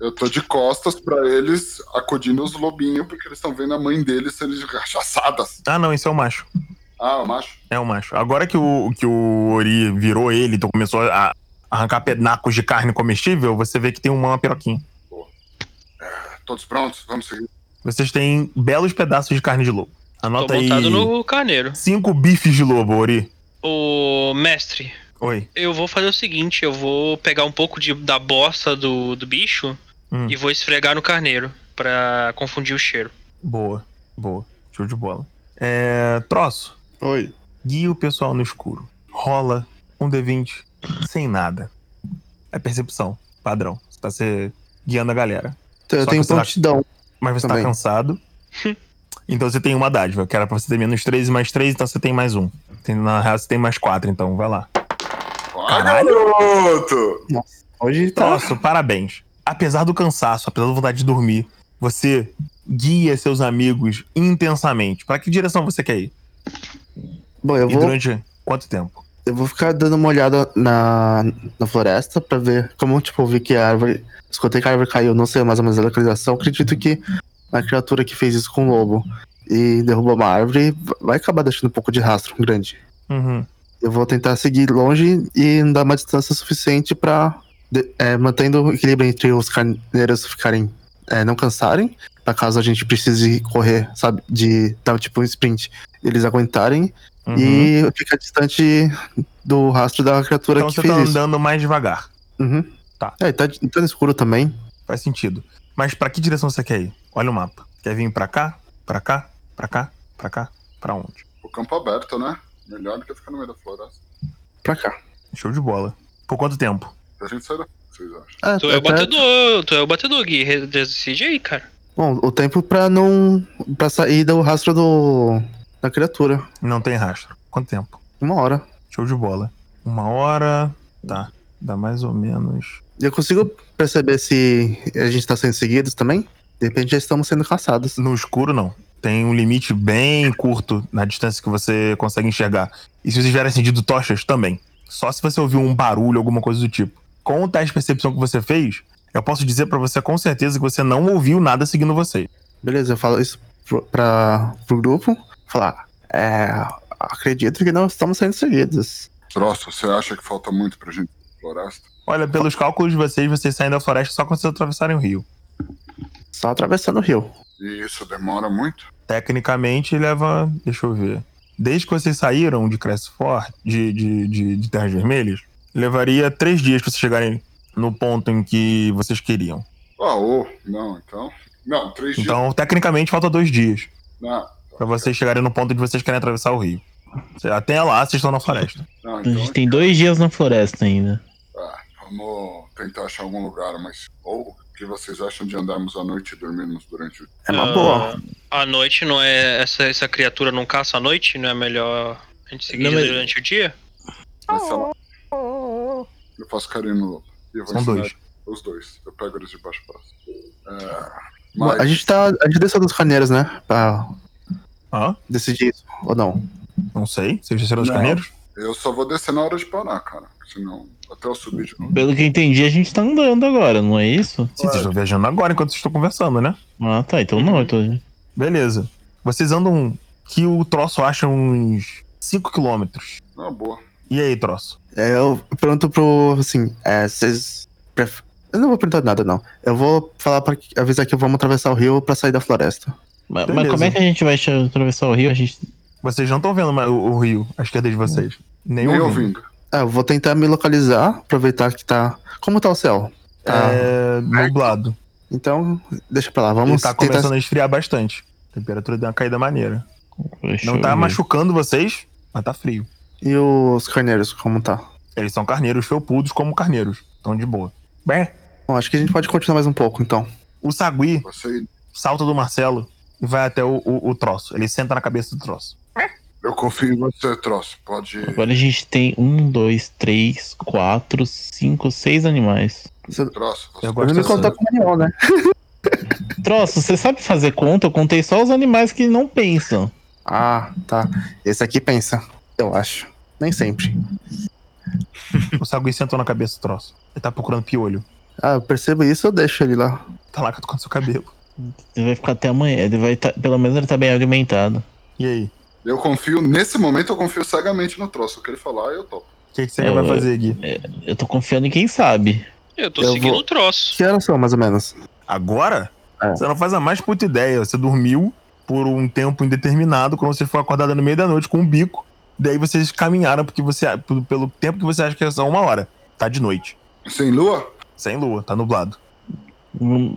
[SPEAKER 2] Eu tô de costas pra eles, acudindo os lobinhos, porque eles estão vendo a mãe deles sendo rechaçadas.
[SPEAKER 1] Ah, não, isso é o macho.
[SPEAKER 2] Ah, o macho.
[SPEAKER 1] É o macho. Agora que o, que o Ori virou ele, então começou a arrancar pednacos de carne comestível, você vê que tem uma piroquinha.
[SPEAKER 2] Todos prontos? Vamos seguir.
[SPEAKER 1] Vocês têm belos pedaços de carne de lobo. Anota
[SPEAKER 3] Tô
[SPEAKER 1] aí.
[SPEAKER 3] montado no carneiro.
[SPEAKER 1] Cinco bifes de lobo, Ori.
[SPEAKER 3] Ô, mestre,
[SPEAKER 1] Oi.
[SPEAKER 3] eu vou fazer o seguinte: eu vou pegar um pouco de, da bosta do, do bicho
[SPEAKER 1] Hum.
[SPEAKER 3] e vou esfregar no carneiro pra confundir o cheiro.
[SPEAKER 1] Boa, boa. Show de bola. É. Troço.
[SPEAKER 8] Oi.
[SPEAKER 1] Guia o pessoal no escuro. Rola um D20 sem nada. É percepção, padrão. Você tá se guiando a galera.
[SPEAKER 5] Então, eu
[SPEAKER 1] Só
[SPEAKER 5] tenho
[SPEAKER 1] que será-
[SPEAKER 5] prontidão.
[SPEAKER 1] Mas você
[SPEAKER 5] Também.
[SPEAKER 1] tá cansado. então você tem uma dádiva, que era pra você ter menos 3 e mais 3, então você tem mais um. Tem- Na real, você tem mais 4, então vai lá.
[SPEAKER 2] Ah, garoto!
[SPEAKER 5] Hoje tá.
[SPEAKER 1] Troço, parabéns. Apesar do cansaço, apesar da vontade de dormir, você guia seus amigos intensamente. Pra que direção você quer ir?
[SPEAKER 5] Bom, eu
[SPEAKER 1] E
[SPEAKER 5] vou,
[SPEAKER 1] durante quanto tempo?
[SPEAKER 5] eu vou ficar dando uma olhada na, na floresta pra ver como, tipo, eu vi que a árvore. Escutei que a árvore caiu, não sei mais ou menos a localização. Acredito que a criatura que fez isso com o lobo e derrubou uma árvore vai acabar deixando um pouco de rastro grande.
[SPEAKER 1] Uhum.
[SPEAKER 5] Eu vou tentar seguir longe e dar uma distância suficiente pra. de- é, mantendo o equilíbrio entre os carneiros ficarem. é, não cansarem, pra caso a gente precise correr, sabe? De dar tipo um sprint, eles aguentarem
[SPEAKER 1] uhum.
[SPEAKER 5] e ficar distante do rastro da criatura
[SPEAKER 1] Então
[SPEAKER 5] que
[SPEAKER 1] você
[SPEAKER 5] fez
[SPEAKER 1] tá
[SPEAKER 5] isso.
[SPEAKER 1] andando mais devagar.
[SPEAKER 5] Uhum.
[SPEAKER 1] Tá.
[SPEAKER 5] É, tá, tá no escuro também.
[SPEAKER 1] Faz sentido. Mas pra que direção você quer ir? Olha o mapa. Quer vir pra cá? Pra cá? Pra cá? Pra cá? Pra onde?
[SPEAKER 2] O campo aberto, né? Melhor do que ficar no meio da floresta.
[SPEAKER 5] Pra cá.
[SPEAKER 1] Show de bola. Por quanto tempo?
[SPEAKER 2] A gente sai da. Vocês acham?
[SPEAKER 5] É,
[SPEAKER 3] Tu é o
[SPEAKER 5] até-
[SPEAKER 3] batedor, tu é o batedor, Gui. re- Decide aí, cara.
[SPEAKER 5] Bom, o tempo pra não. pra sair do rastro do. da criatura.
[SPEAKER 1] Não tem rastro. Quanto tempo?
[SPEAKER 5] Uma hora.
[SPEAKER 1] Show de bola. Uma hora. Tá. Dá mais ou menos.
[SPEAKER 5] Eu consigo perceber se a gente tá sendo seguidos também? De repente já estamos sendo caçados.
[SPEAKER 1] No escuro, não. Tem um limite bem curto na distância que você consegue enxergar. E se você tiver acendido tochas, também. Só se você ouvir um barulho, alguma coisa do tipo. Com o teste de percepção que você fez, eu posso dizer pra você com certeza que você não ouviu nada seguindo você.
[SPEAKER 5] Beleza, eu falo isso pro, pra, pro grupo. Falar, é, acredito que não estamos sendo seguidos.
[SPEAKER 2] Troço, você acha que falta muito pra gente ir pra floresta?
[SPEAKER 1] Olha, pelos cálculos de vocês, vocês saem da floresta só quando vocês atravessarem o rio.
[SPEAKER 5] Só atravessando o rio.
[SPEAKER 2] E isso demora muito?
[SPEAKER 1] Tecnicamente, leva. Deixa eu ver. Desde que vocês saíram de Cressfort, de, de, de, de Terras Vermelhas, levaria três dias pra vocês chegarem no ponto em que vocês queriam.
[SPEAKER 2] Ah, ô, não, então. Não, três dias.
[SPEAKER 1] Então, tecnicamente, falta dois dias
[SPEAKER 2] Não,
[SPEAKER 1] pra vocês chegarem no ponto de vocês querem atravessar o rio. Até lá, vocês estão na floresta.
[SPEAKER 2] não,
[SPEAKER 4] A gente
[SPEAKER 2] então.
[SPEAKER 4] tem dois dias na floresta ainda.
[SPEAKER 2] Tá, vamos tentar achar algum lugar, mas. Ou o que vocês acham de andarmos à noite e dormirmos durante o dia?
[SPEAKER 5] É uma
[SPEAKER 3] Ah,
[SPEAKER 5] boa.
[SPEAKER 3] À noite não é. Essa, essa criatura não caça à noite, não é melhor a gente seguir
[SPEAKER 9] Não, mas-
[SPEAKER 3] durante o dia?
[SPEAKER 2] Mas, sei lá, Eu faço carinho no lobo. E eu vou
[SPEAKER 1] São
[SPEAKER 2] ensinar
[SPEAKER 1] dois.
[SPEAKER 2] Os dois. Eu pego eles de baixo pra cima. É,
[SPEAKER 5] Bom,
[SPEAKER 2] mas
[SPEAKER 5] A gente tá. A gente desceu dos carneiros, né? Pra
[SPEAKER 1] Hã?
[SPEAKER 5] decidir isso. Ou não?
[SPEAKER 1] Não sei. Vocês desceram dos
[SPEAKER 2] Não.
[SPEAKER 1] carneiros?
[SPEAKER 2] eu só vou descer na hora de parar, cara. Senão, até eu subir de novo.
[SPEAKER 4] Pelo que eu entendi, a gente tá andando agora, não é isso?
[SPEAKER 1] Sim, vocês estão viajando agora enquanto vocês estão conversando, né?
[SPEAKER 4] Ah, tá. Então não, eu tô.
[SPEAKER 1] Beleza. Vocês andam um, que o troço acha uns 5 quilômetros.
[SPEAKER 2] Na boa.
[SPEAKER 1] E aí, troço?
[SPEAKER 5] É, eu pergunto pro. Assim, é, vocês. pref- Eu não vou perguntar nada, não. Eu vou falar pra avisar que vamos atravessar o rio pra sair da floresta.
[SPEAKER 4] Mas, mas
[SPEAKER 1] Beleza.
[SPEAKER 4] como é que a gente vai che- atravessar o rio? A gente.
[SPEAKER 1] Vocês não estão vendo mais o, o rio à esquerda de vocês. Nem,
[SPEAKER 2] Nem
[SPEAKER 1] ouvindo.
[SPEAKER 2] ouvindo.
[SPEAKER 5] É, eu vou tentar me localizar, aproveitar que tá. Como tá o céu? Tá.
[SPEAKER 1] É nublado.
[SPEAKER 5] Então, deixa pra lá,
[SPEAKER 1] Ele
[SPEAKER 5] vamos
[SPEAKER 1] tá
[SPEAKER 5] tentar.
[SPEAKER 1] começando a esfriar bastante. A temperatura deu uma caída maneira.
[SPEAKER 4] Deixa
[SPEAKER 1] Não
[SPEAKER 4] eu
[SPEAKER 1] tá
[SPEAKER 4] ver.
[SPEAKER 1] machucando vocês, mas tá frio.
[SPEAKER 5] E os carneiros, como tá?
[SPEAKER 1] Eles são carneiros felpudos como carneiros. Estão de boa. Bem,
[SPEAKER 5] Bom, acho que a gente pode continuar mais um pouco, então.
[SPEAKER 1] o Sagui
[SPEAKER 2] Você,
[SPEAKER 1] salta do Marcelo e vai até o, o, o troço. Ele senta na cabeça do troço.
[SPEAKER 2] eu confio em você, troço. Pode.
[SPEAKER 4] Agora a gente tem um, dois, três, quatro, cinco, seis animais.
[SPEAKER 2] Troço, você
[SPEAKER 1] Eu
[SPEAKER 5] Pode
[SPEAKER 1] gosto
[SPEAKER 5] me
[SPEAKER 1] dessa-
[SPEAKER 5] contar como animal, né?
[SPEAKER 4] troço, você sabe fazer conta? Eu contei só os animais que não pensam.
[SPEAKER 5] Ah, tá. Esse aqui pensa, eu acho. Nem sempre.
[SPEAKER 1] O Sagui sentou na cabeça do troço. Ele tá procurando piolho.
[SPEAKER 5] Ah, eu percebo isso, eu deixo ele lá.
[SPEAKER 1] Tá lá catucando seu cabelo.
[SPEAKER 4] Ele vai ficar até amanhã. Ele vai tá, pelo menos ele tá bem alimentado.
[SPEAKER 1] E aí?
[SPEAKER 2] Eu confio, nesse momento eu confio cegamente no troço. Eu quero falar, eu topo.
[SPEAKER 1] O que, que você
[SPEAKER 4] Eu-
[SPEAKER 1] vai fazer, Gui?
[SPEAKER 4] Eu tô confiando em quem sabe.
[SPEAKER 3] Eu tô
[SPEAKER 5] Eu
[SPEAKER 3] seguindo
[SPEAKER 5] vou-
[SPEAKER 3] o troço.
[SPEAKER 5] Que horas são, mais ou menos?
[SPEAKER 1] Agora?
[SPEAKER 5] É.
[SPEAKER 1] Você não faz a mais puta ideia. Você dormiu por um tempo indeterminado, quando você foi acordada no meio da noite com um bico. Daí vocês caminharam porque você, pelo- pelo tempo que você acha que é só uma hora. Tá de noite.
[SPEAKER 2] Sem lua?
[SPEAKER 1] Sem lua, tá nublado.
[SPEAKER 4] Hum,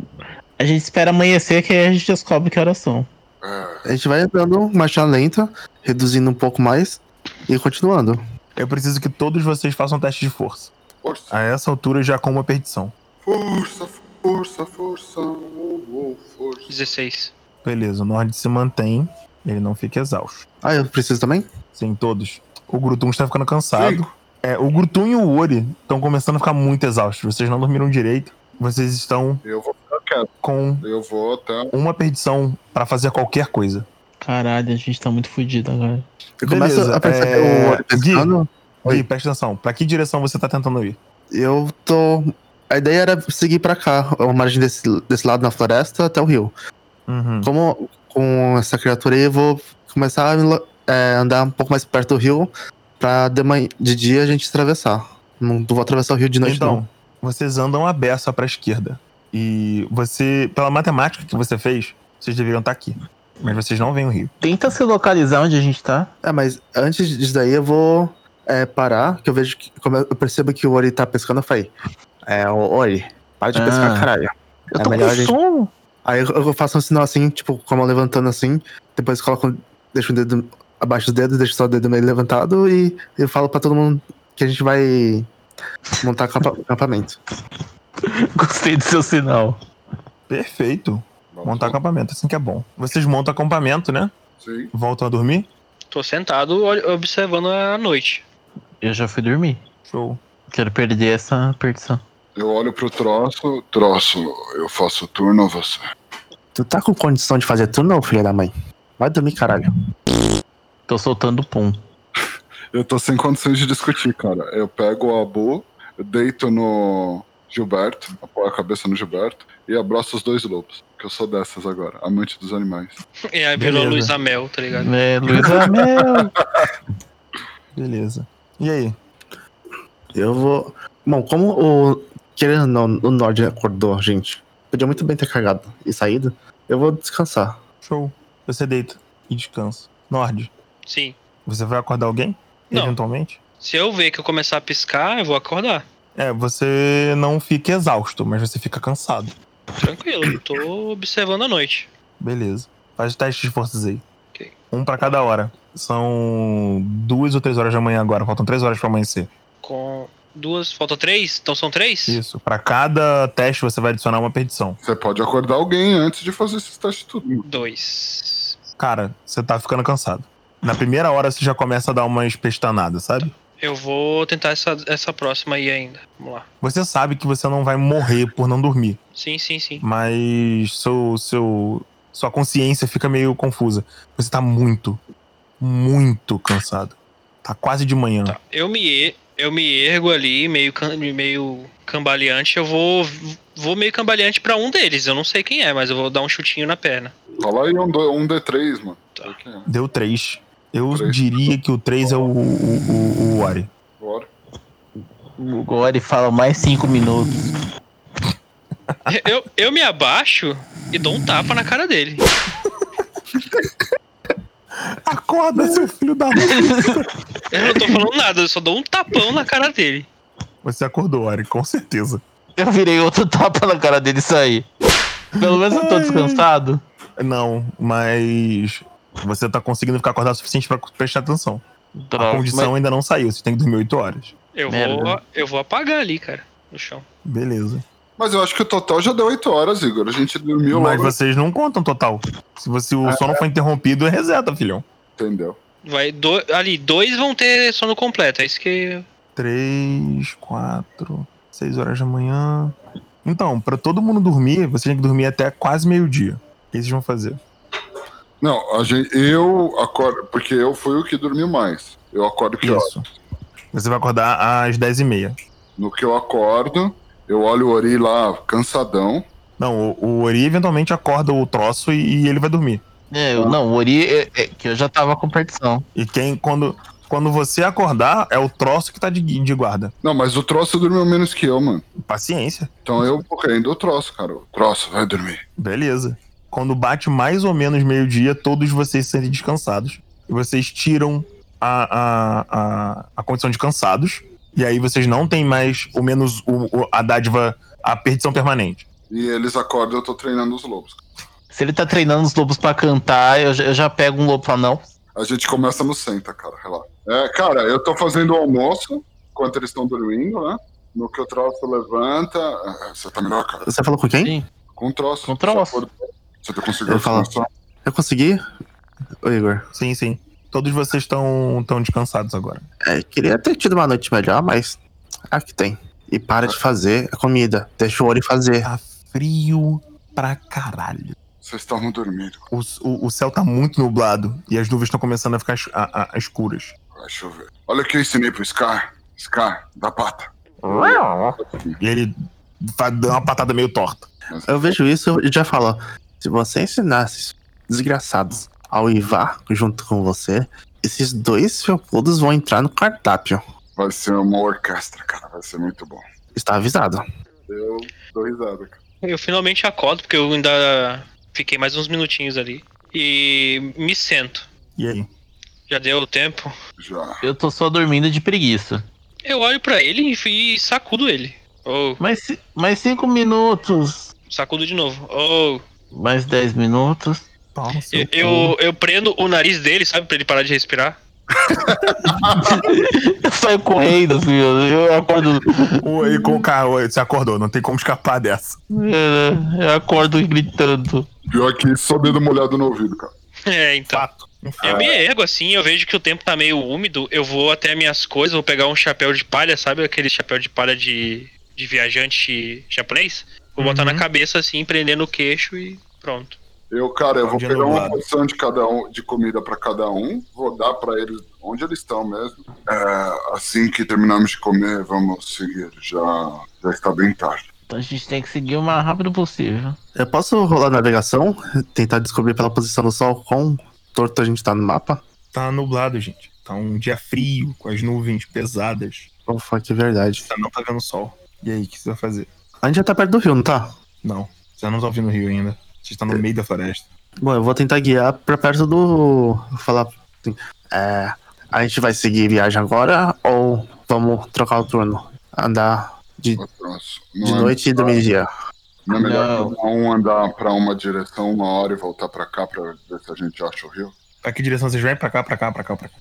[SPEAKER 4] A gente espera amanhecer que aí a gente descobre que horas são.
[SPEAKER 2] É.
[SPEAKER 5] A gente vai andando, marcha lenta, reduzindo um pouco mais e continuando.
[SPEAKER 1] Eu preciso que todos vocês façam teste de força.
[SPEAKER 2] Força,
[SPEAKER 1] A essa altura já com uma perdição.
[SPEAKER 2] força, força, força. Oh, oh, força.
[SPEAKER 3] 16.
[SPEAKER 1] Beleza, o Nord se mantém, ele não fica exausto.
[SPEAKER 5] Ah, eu preciso também?
[SPEAKER 1] Sem todos. O Grutum está ficando cansado.
[SPEAKER 2] Cinco.
[SPEAKER 1] É, o Grutum e o Ori estão começando a ficar muito exaustos. Vocês não dormiram direito. Vocês estão
[SPEAKER 2] Eu vou ficar quieto.
[SPEAKER 1] com
[SPEAKER 2] Eu vou até.
[SPEAKER 1] uma perdição pra fazer qualquer coisa.
[SPEAKER 4] Caralho, a gente tá muito fudido agora.
[SPEAKER 5] Eu começo
[SPEAKER 1] Beleza,
[SPEAKER 5] a pensar
[SPEAKER 1] é,
[SPEAKER 5] que eu olho
[SPEAKER 1] Gui.
[SPEAKER 5] pescando, Oi.
[SPEAKER 1] Gui, presta atenção. Pra que direção você tá tentando ir?
[SPEAKER 5] eu tô. A ideia era seguir pra cá, a margem desse, desse lado na floresta até o rio.
[SPEAKER 1] Uhum.
[SPEAKER 5] Como com essa criatura aí, eu vou começar a me lo- é, andar um pouco mais perto do rio pra de, manhã, de dia a gente atravessar. Não vou atravessar o rio de noite,
[SPEAKER 1] Então, vocês andam a beça pra esquerda. E você, pela matemática que você fez, vocês deveriam estar aqui. Mas vocês não veem o rio.
[SPEAKER 4] Tenta se localizar onde a gente tá.
[SPEAKER 5] não. É, mas antes disso daí eu vou é, parar, que eu vejo que. Como eu eu percebo que o Ori tá pescando, eu falei. É, ô, Ori, para de
[SPEAKER 4] Ah.
[SPEAKER 5] pescar, caralho.
[SPEAKER 4] Eu tô
[SPEAKER 5] É
[SPEAKER 4] com
[SPEAKER 5] melhor a gente-
[SPEAKER 4] sono.
[SPEAKER 5] Aí eu- eu faço um sinal assim, tipo, com a mão levantando assim, depois coloco, deixo o dedo abaixo do dedo, deixo só o dedo meio levantado e eu falo pra todo mundo que a gente vai montar acampa- acampamento.
[SPEAKER 4] Gostei do seu sinal.
[SPEAKER 1] Perfeito. Montar acampamento, assim que é bom. Vocês montam acampamento, né?
[SPEAKER 2] Sim.
[SPEAKER 1] Voltam a dormir?
[SPEAKER 3] Tô sentado ol- observando a noite.
[SPEAKER 4] Eu já fui dormir.
[SPEAKER 1] Show.
[SPEAKER 4] Quero perder essa perdição.
[SPEAKER 2] Eu olho pro troço, troço, eu faço turno a você.
[SPEAKER 5] Tu tá com condição de fazer turno, ô filha da mãe? Vai dormir, caralho.
[SPEAKER 4] Tô soltando pum.
[SPEAKER 2] Eu tô sem condições de discutir, cara. Eu pego o Abu, deito no Gilberto, apoio a cabeça no Gilberto e abraço os dois lobos. Que eu sou dessas agora, amante dos animais.
[SPEAKER 3] E aí virou
[SPEAKER 1] Beleza.
[SPEAKER 3] Luiz Amel, tá ligado?
[SPEAKER 4] É, Luísa Mel.
[SPEAKER 1] Beleza. E aí?
[SPEAKER 5] Eu vou. Bom, como o. Querendo ou não, o Nord acordou, gente. Podia muito bem ter cagado e saído. Eu vou descansar.
[SPEAKER 1] Show. Você deita e descansa. Nord,
[SPEAKER 3] Sim.
[SPEAKER 1] você vai acordar alguém?
[SPEAKER 3] Não.
[SPEAKER 1] Eventualmente?
[SPEAKER 3] Se eu ver que eu começar a piscar, eu vou acordar.
[SPEAKER 1] É, você não fica exausto, mas você fica cansado.
[SPEAKER 3] Tranquilo, tô observando a noite.
[SPEAKER 1] Beleza. Faz teste de forças aí.
[SPEAKER 3] Ok.
[SPEAKER 1] Um pra cada hora. São duas ou três horas da manhã agora. Faltam três horas pra amanhecer.
[SPEAKER 3] Com duas, falta três? Então são três?
[SPEAKER 1] Isso. Pra cada teste você vai adicionar uma perdição.
[SPEAKER 2] Você pode acordar alguém antes de fazer esses testes tudo.
[SPEAKER 3] Dois.
[SPEAKER 1] Cara, você tá ficando cansado. Na primeira hora você já começa a dar umas pestanadas, sabe?
[SPEAKER 3] Eu vou tentar essa, essa próxima aí ainda. Vamos lá.
[SPEAKER 1] Você sabe que você não vai morrer por não dormir,
[SPEAKER 3] Sim, sim, sim.
[SPEAKER 1] mas seu, seu, sua consciência fica meio confusa. Você tá muito, muito cansado. Tá quase de manhã.
[SPEAKER 3] Tá. Eu me, e- eu me ergo ali, meio, can- meio cambaleante. Eu vou, vou meio cambaleante pra um deles. Eu não sei quem é, mas eu vou dar um chutinho na perna.
[SPEAKER 2] Fala aí um, do- um D3, mano.
[SPEAKER 3] Tá.
[SPEAKER 2] Sei quem é.
[SPEAKER 1] Deu três. Eu
[SPEAKER 2] Três.
[SPEAKER 1] diria que o três é o, o, o, o Ori.
[SPEAKER 2] Bora.
[SPEAKER 4] O Gore fala mais cinco minutos.
[SPEAKER 3] Eu, eu me abaixo e dou um tapa na cara dele.
[SPEAKER 1] Acorda, seu filho da
[SPEAKER 3] Eu não tô falando nada, eu só dou um tapão na cara dele.
[SPEAKER 1] Você acordou, Ori, com certeza.
[SPEAKER 4] Eu virei outro tapa na cara dele e saí. Pelo menos eu tô descansado.
[SPEAKER 1] Não, mas você tá conseguindo ficar acordado o suficiente pra prestar atenção. A
[SPEAKER 4] Droga,
[SPEAKER 1] condição ainda não saiu, você tem que dormir 8 horas.
[SPEAKER 3] Eu vou,
[SPEAKER 4] Merda.
[SPEAKER 3] eu vou apagar ali, cara, no chão.
[SPEAKER 1] Beleza.
[SPEAKER 2] Mas eu acho que o total já deu 8 horas, Igor. A gente dormiu
[SPEAKER 1] Mas
[SPEAKER 2] logo.
[SPEAKER 1] vocês não contam total. Se você, o sono foi interrompido, é reseta, filhão.
[SPEAKER 2] Entendeu?
[SPEAKER 3] Vai, do- ali, dois vão ter sono completo. É isso que.
[SPEAKER 1] 3, 4, 6 horas da manhã. Então, pra todo mundo dormir, você tem que dormir até quase meio-dia. O que vocês vão fazer?
[SPEAKER 2] Não, a gente, eu acordo, porque eu fui o que dormiu mais. Eu acordo que horas?
[SPEAKER 1] Isso. Você vai acordar às 10h30.
[SPEAKER 2] No que eu acordo, eu olho o Ori lá cansadão.
[SPEAKER 1] Não, o, o Ori eventualmente acorda o troço e, e ele vai dormir.
[SPEAKER 4] É, eu, não, o Ori, é- é que eu já tava com perdição.
[SPEAKER 1] E quem, quando, quando você acordar, é o troço que tá de, de guarda.
[SPEAKER 2] Não, mas o troço dormiu menos que eu, mano.
[SPEAKER 1] Paciência.
[SPEAKER 2] Então eu vou querendo o troço, cara. O troço vai dormir.
[SPEAKER 1] Beleza. Quando bate mais ou menos meio-dia, todos vocês se sentem descansados. E vocês tiram a, a, a, a condição de cansados. E aí vocês não têm mais o menos o, o- a dádiva, a perdição permanente.
[SPEAKER 2] E eles acordam, eu tô treinando os lobos.
[SPEAKER 4] Se ele tá treinando os lobos pra cantar, eu, já- eu já pego um lobo e falo, não.
[SPEAKER 2] A gente começa no senta, cara, relaxa. É, cara, eu tô fazendo o almoço enquanto eles estão dormindo, né? No que o troço levanta. Ah, Você tá melhor, cara?
[SPEAKER 5] Você falou com quem?
[SPEAKER 4] Sim.
[SPEAKER 2] Com o troço.
[SPEAKER 4] Com o troço.
[SPEAKER 2] Você acordou. Você
[SPEAKER 5] Eu
[SPEAKER 2] conseguiu
[SPEAKER 5] falo.
[SPEAKER 2] descansar?
[SPEAKER 5] Eu consegui? Ô, Igor,
[SPEAKER 1] Sim, sim. Todos vocês estão tão descansados agora.
[SPEAKER 5] é, queria ter tido uma noite melhor, mas aqui tem. E para de fazer a comida. Deixa o Ori fazer.
[SPEAKER 1] Tá frio pra caralho.
[SPEAKER 2] Vocês estavam dormindo.
[SPEAKER 1] O, o, o céu tá muito nublado e as nuvens estão começando a ficar es- a- a- escuras.
[SPEAKER 2] Vai chover. Olha o que eu ensinei pro Scar. Scar, da pata.
[SPEAKER 1] E ele fa- dá uma patada meio torta.
[SPEAKER 5] Eu vejo isso e já falo: se você ensinasse esses desgraçados ao Ivar junto com você, esses dois felpudos vão entrar no cardápio.
[SPEAKER 2] Vai ser uma orquestra, cara. Vai ser muito bom.
[SPEAKER 5] Está avisado.
[SPEAKER 2] Eu dou risada, cara.
[SPEAKER 3] Eu finalmente acordo, porque eu ainda fiquei mais uns minutinhos ali. E me sento.
[SPEAKER 1] E aí?
[SPEAKER 3] Já deu o tempo.
[SPEAKER 2] Já.
[SPEAKER 4] Eu tô só dormindo de preguiça.
[SPEAKER 3] Eu olho pra ele e e sacudo ele. Ou
[SPEAKER 4] Mais, ci- mais cinco minutos,
[SPEAKER 3] sacudo de novo. Ou
[SPEAKER 4] mais dez minutos.
[SPEAKER 1] Toma seu
[SPEAKER 3] eu,
[SPEAKER 1] cu.
[SPEAKER 3] eu, eu prendo o nariz dele, sabe? Pra ele parar de respirar.
[SPEAKER 4] Eu saio correndo, assim, eu, eu acordo.
[SPEAKER 1] Oi, com o carro, oi, você acordou, não tem como escapar dessa.
[SPEAKER 4] Eu, eu acordo gritando.
[SPEAKER 2] Pior que só dedo molhado no ouvido, cara.
[SPEAKER 3] É, então.
[SPEAKER 1] Fato.
[SPEAKER 3] Eu me ergo assim, eu vejo que o tempo tá meio úmido, eu vou até minhas coisas, vou pegar um chapéu de palha, sabe aquele chapéu de palha de, de viajante japonês? Vou botar
[SPEAKER 1] Uhum.
[SPEAKER 3] na cabeça assim, prender no queixo e pronto.
[SPEAKER 2] Eu, cara, eu vou
[SPEAKER 1] De
[SPEAKER 2] pegar uma
[SPEAKER 1] nublado.
[SPEAKER 2] porção de cada um, de comida pra cada um, vou dar pra eles onde eles estão mesmo. É, assim que terminarmos de comer, vamos seguir. Já, já está bem tarde.
[SPEAKER 4] Então a gente tem que seguir o mais rápido possível.
[SPEAKER 5] Eu posso rolar navegação? Tentar descobrir pela posição do sol quão torto a gente tá no mapa?
[SPEAKER 1] Tá nublado, gente. Tá um dia frio, com as nuvens pesadas.
[SPEAKER 5] Ou foi que é verdade?
[SPEAKER 1] Você não tá vendo sol. E aí, o que você vai fazer?
[SPEAKER 5] A gente já tá perto do rio, não tá?
[SPEAKER 1] Não, você não tá ouvindo o rio ainda. Você está no meio da floresta.
[SPEAKER 5] Bom, eu vou tentar guiar pra perto do. Falar. assim, é, a gente vai seguir viagem agora ou vamos trocar o turno? Andar de,
[SPEAKER 2] Ô, troço, Não
[SPEAKER 5] de
[SPEAKER 4] Hum.
[SPEAKER 2] é-
[SPEAKER 5] noite e dormir de dia.
[SPEAKER 2] Não é melhor
[SPEAKER 4] Não.
[SPEAKER 2] cada um andar pra uma direção uma hora e voltar pra cá pra ver se a gente acha o rio?
[SPEAKER 1] Pra que direção vocês vêm? Pra cá, pra cá, pra cá, pra cá.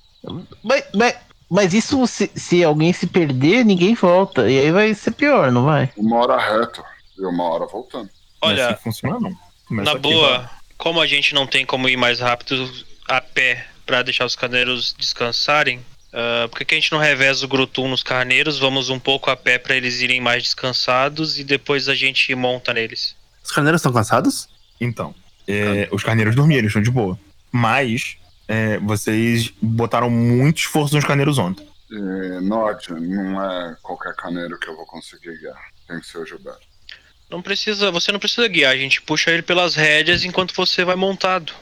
[SPEAKER 4] Mas, mas, mas isso, se, se alguém se perder, ninguém volta. E aí vai ser pior, não vai?
[SPEAKER 2] Uma hora reto e uma hora voltando.
[SPEAKER 1] Não é
[SPEAKER 3] Olha,
[SPEAKER 1] assim que funciona, não. Começa
[SPEAKER 3] na
[SPEAKER 1] aqui,
[SPEAKER 3] boa,
[SPEAKER 1] vai.
[SPEAKER 3] como a gente não tem como ir mais rápido a pé pra deixar os carneiros descansarem, ah, por que que a gente não reveza o Grutum nos carneiros? Vamos um pouco a pé pra eles irem mais descansados e depois a gente monta neles.
[SPEAKER 5] Os carneiros estão cansados?
[SPEAKER 1] Então, é, os carneiros dormiram, estão de boa. Mas, é, vocês botaram muito esforço nos carneiros ontem.
[SPEAKER 2] E norte, não é qualquer caneiro que eu vou conseguir guiar. Tem que ser o Gilberto.
[SPEAKER 3] Não precisa, você não precisa guiar, a gente puxa ele pelas rédeas enquanto você vai montado.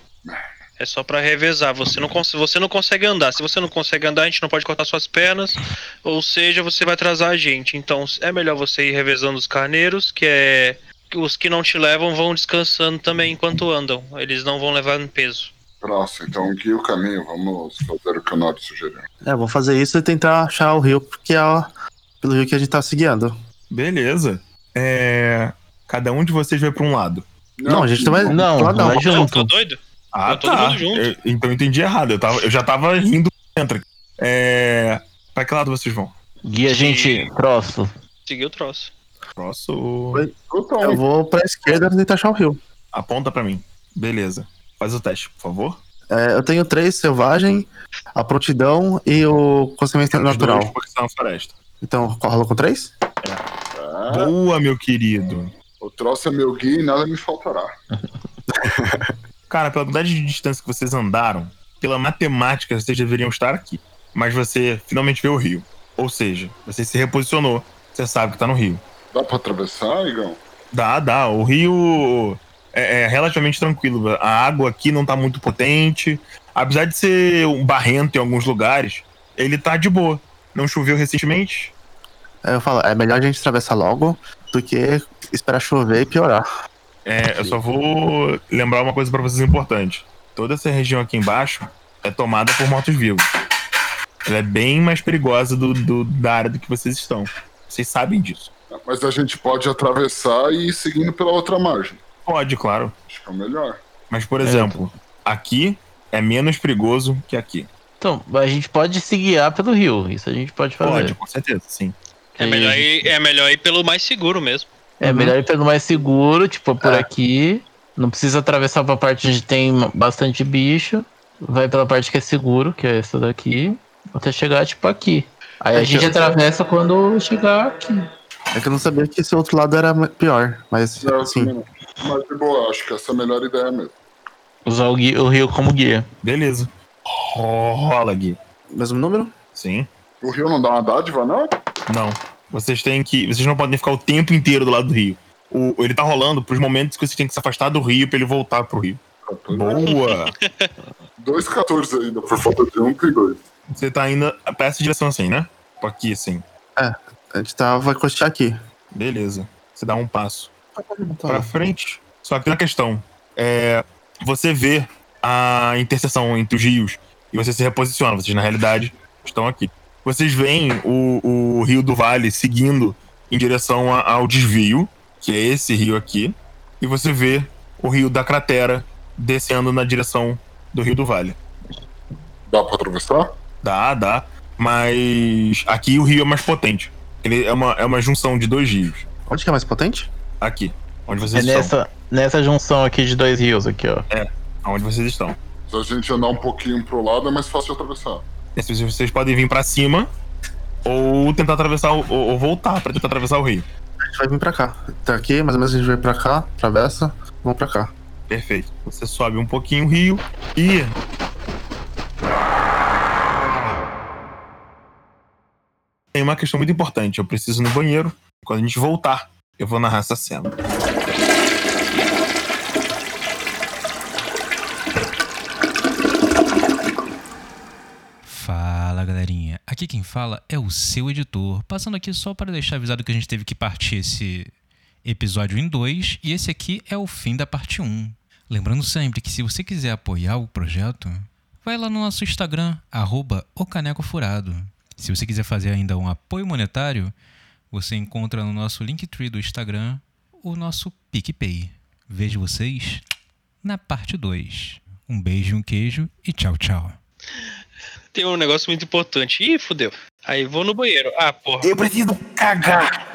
[SPEAKER 3] É só pra revezar, você não, cons- você não consegue andar. Se você não consegue andar, a gente não pode cortar suas pernas, ou seja, você vai atrasar a gente. Então é melhor você ir revezando os carneiros, que é que os que não te levam vão descansando também enquanto andam. Eles não vão levar no peso.
[SPEAKER 2] Próximo, então guia o caminho, vamos fazer o que o Norte sugeriu.
[SPEAKER 5] É, vou fazer isso e tentar achar o rio, porque é o- pelo rio que a gente tá se guiando.
[SPEAKER 1] Beleza. É, cada um de vocês vai pra um lado.
[SPEAKER 5] Não, a gente não vai.
[SPEAKER 4] Não,
[SPEAKER 5] lá
[SPEAKER 4] vai
[SPEAKER 3] Não,
[SPEAKER 4] junto.
[SPEAKER 3] tô doido?
[SPEAKER 1] Ah,
[SPEAKER 3] Tá todo
[SPEAKER 1] tá.
[SPEAKER 3] mundo junto.
[SPEAKER 1] Eu- então eu entendi errado. Eu, tava- eu já tava rindo dentro. É. Pra que lado vocês vão?
[SPEAKER 4] Guia a gente troço.
[SPEAKER 3] Segui o troço.
[SPEAKER 1] Próximo.
[SPEAKER 5] Oi. Eu vou pra esquerda tentar achar o rio.
[SPEAKER 1] Aponta pra mim. Beleza. Faz o teste, por favor.
[SPEAKER 5] É, eu tenho três: selvagem, a prontidão e o conhecimento
[SPEAKER 1] Os
[SPEAKER 5] natural.
[SPEAKER 1] dois, porque estão na floresta.
[SPEAKER 5] Então, rola com três?
[SPEAKER 2] É,
[SPEAKER 1] Boa, meu querido.
[SPEAKER 2] O troço é meu guia e nada me faltará.
[SPEAKER 1] Cara, pela quantidade de distância que vocês andaram, pela matemática, vocês deveriam estar aqui. Mas você finalmente vê o rio. Ou seja, você se reposicionou. Você sabe que tá no rio.
[SPEAKER 2] Dá pra atravessar, Igão?
[SPEAKER 1] Dá, dá. O rio é, é relativamente tranquilo. A água aqui não tá muito potente. Apesar de ser um barrento em alguns lugares, ele tá de boa. Não choveu recentemente.
[SPEAKER 5] Aí eu falo, é melhor a gente atravessar logo do que esperar chover e piorar.
[SPEAKER 1] É, eu só vou lembrar uma coisa pra vocês importante. Toda essa região aqui embaixo é tomada por mortos-vivos. Ela é bem mais perigosa do, do- da área do que vocês estão. Vocês sabem disso.
[SPEAKER 2] Mas a gente pode atravessar e ir seguindo pela outra margem.
[SPEAKER 1] Pode, claro.
[SPEAKER 2] Acho que é o melhor.
[SPEAKER 1] Mas, por exemplo, aqui é menos perigoso que aqui.
[SPEAKER 4] Então, a gente pode se guiar pelo rio. Isso a gente pode
[SPEAKER 1] Pode,
[SPEAKER 4] fazer.
[SPEAKER 1] com certeza, sim.
[SPEAKER 3] É melhor, ir, é melhor ir pelo mais seguro mesmo.
[SPEAKER 4] É melhor ir pelo mais seguro, tipo, por aqui. Não precisa atravessar pra parte onde tem bastante bicho. Vai pela parte que é seguro, que é essa daqui. Até chegar, tipo, aqui. Aí a
[SPEAKER 5] É que
[SPEAKER 4] gente
[SPEAKER 5] eu-
[SPEAKER 4] atravessa quando chegar aqui.
[SPEAKER 5] É que eu não sabia que esse outro lado era pior, mas assim,
[SPEAKER 2] Não,
[SPEAKER 5] sim.
[SPEAKER 2] não. Mas de boa, É, acho que essa é a melhor ideia mesmo.
[SPEAKER 4] Usar o, gui- o rio como guia.
[SPEAKER 1] Beleza. Rola, Gui.
[SPEAKER 5] Mesmo número?
[SPEAKER 1] Sim.
[SPEAKER 2] O rio não dá uma dádiva, não?
[SPEAKER 1] Não. Vocês têm que. Vocês não podem ficar o tempo inteiro do lado do rio. O, ele tá rolando pros momentos que vocês têm que se afastar do rio pra ele voltar pro rio.
[SPEAKER 2] 14.
[SPEAKER 1] Boa!
[SPEAKER 2] 2,14 ainda, por falta de um, tem dois.
[SPEAKER 1] Você tá ainda pra essa direção assim, né? Tipo Aqui assim.
[SPEAKER 5] A gente tá, vai costear aqui.
[SPEAKER 1] Beleza. Você dá um passo
[SPEAKER 5] Tá.
[SPEAKER 1] pra frente. Só que na questão, é, você vê a interseção entre os rios e você se reposiciona. Vocês, na realidade, estão aqui. Vocês veem o, o rio do vale seguindo em direção a- ao desvio, que é esse rio aqui. E você vê o rio da cratera descendo na direção do rio do vale.
[SPEAKER 2] Dá pra atravessar?
[SPEAKER 1] Dá, dá. Mas aqui o rio é mais potente. Ele é uma, é uma junção de dois rios.
[SPEAKER 5] Onde que é mais potente?
[SPEAKER 1] Aqui. Onde
[SPEAKER 4] É
[SPEAKER 1] vocês estão.
[SPEAKER 4] nessa, nessa junção aqui de dois rios aqui, ó.
[SPEAKER 1] Onde vocês estão.
[SPEAKER 2] Se a gente andar um pouquinho pro lado, é mais fácil de atravessar.
[SPEAKER 1] É, se Vocês vocês podem vir pra cima ou tentar atravessar o, ou, ou voltar pra tentar atravessar o rio.
[SPEAKER 5] A gente vai vir pra cá. Tá aqui, mais ou menos a gente vai pra cá, atravessa, vamos pra cá.
[SPEAKER 1] Perfeito. Você sobe um pouquinho o rio e. Tem uma questão muito importante. Eu preciso ir no banheiro. Quando a gente voltar, eu vou narrar essa cena.
[SPEAKER 10] Fala galerinha, aqui quem fala é o seu editor, passando aqui só para deixar avisado que a gente teve que partir esse episódio em dois e esse aqui é o fim da parte 1. Um. Lembrando sempre que se você quiser apoiar o projeto, vai lá no nosso Instagram, arroba o Caneco Furado. Se você quiser fazer ainda um apoio monetário, você encontra no nosso Linktree do Instagram o nosso PicPay. Vejo vocês na parte 2. Um beijo, um queijo e tchau, tchau.
[SPEAKER 3] Tem um negócio muito importante. Ih, fudeu. Aí vou no banheiro. Ah, porra.
[SPEAKER 1] Eu preciso cagar!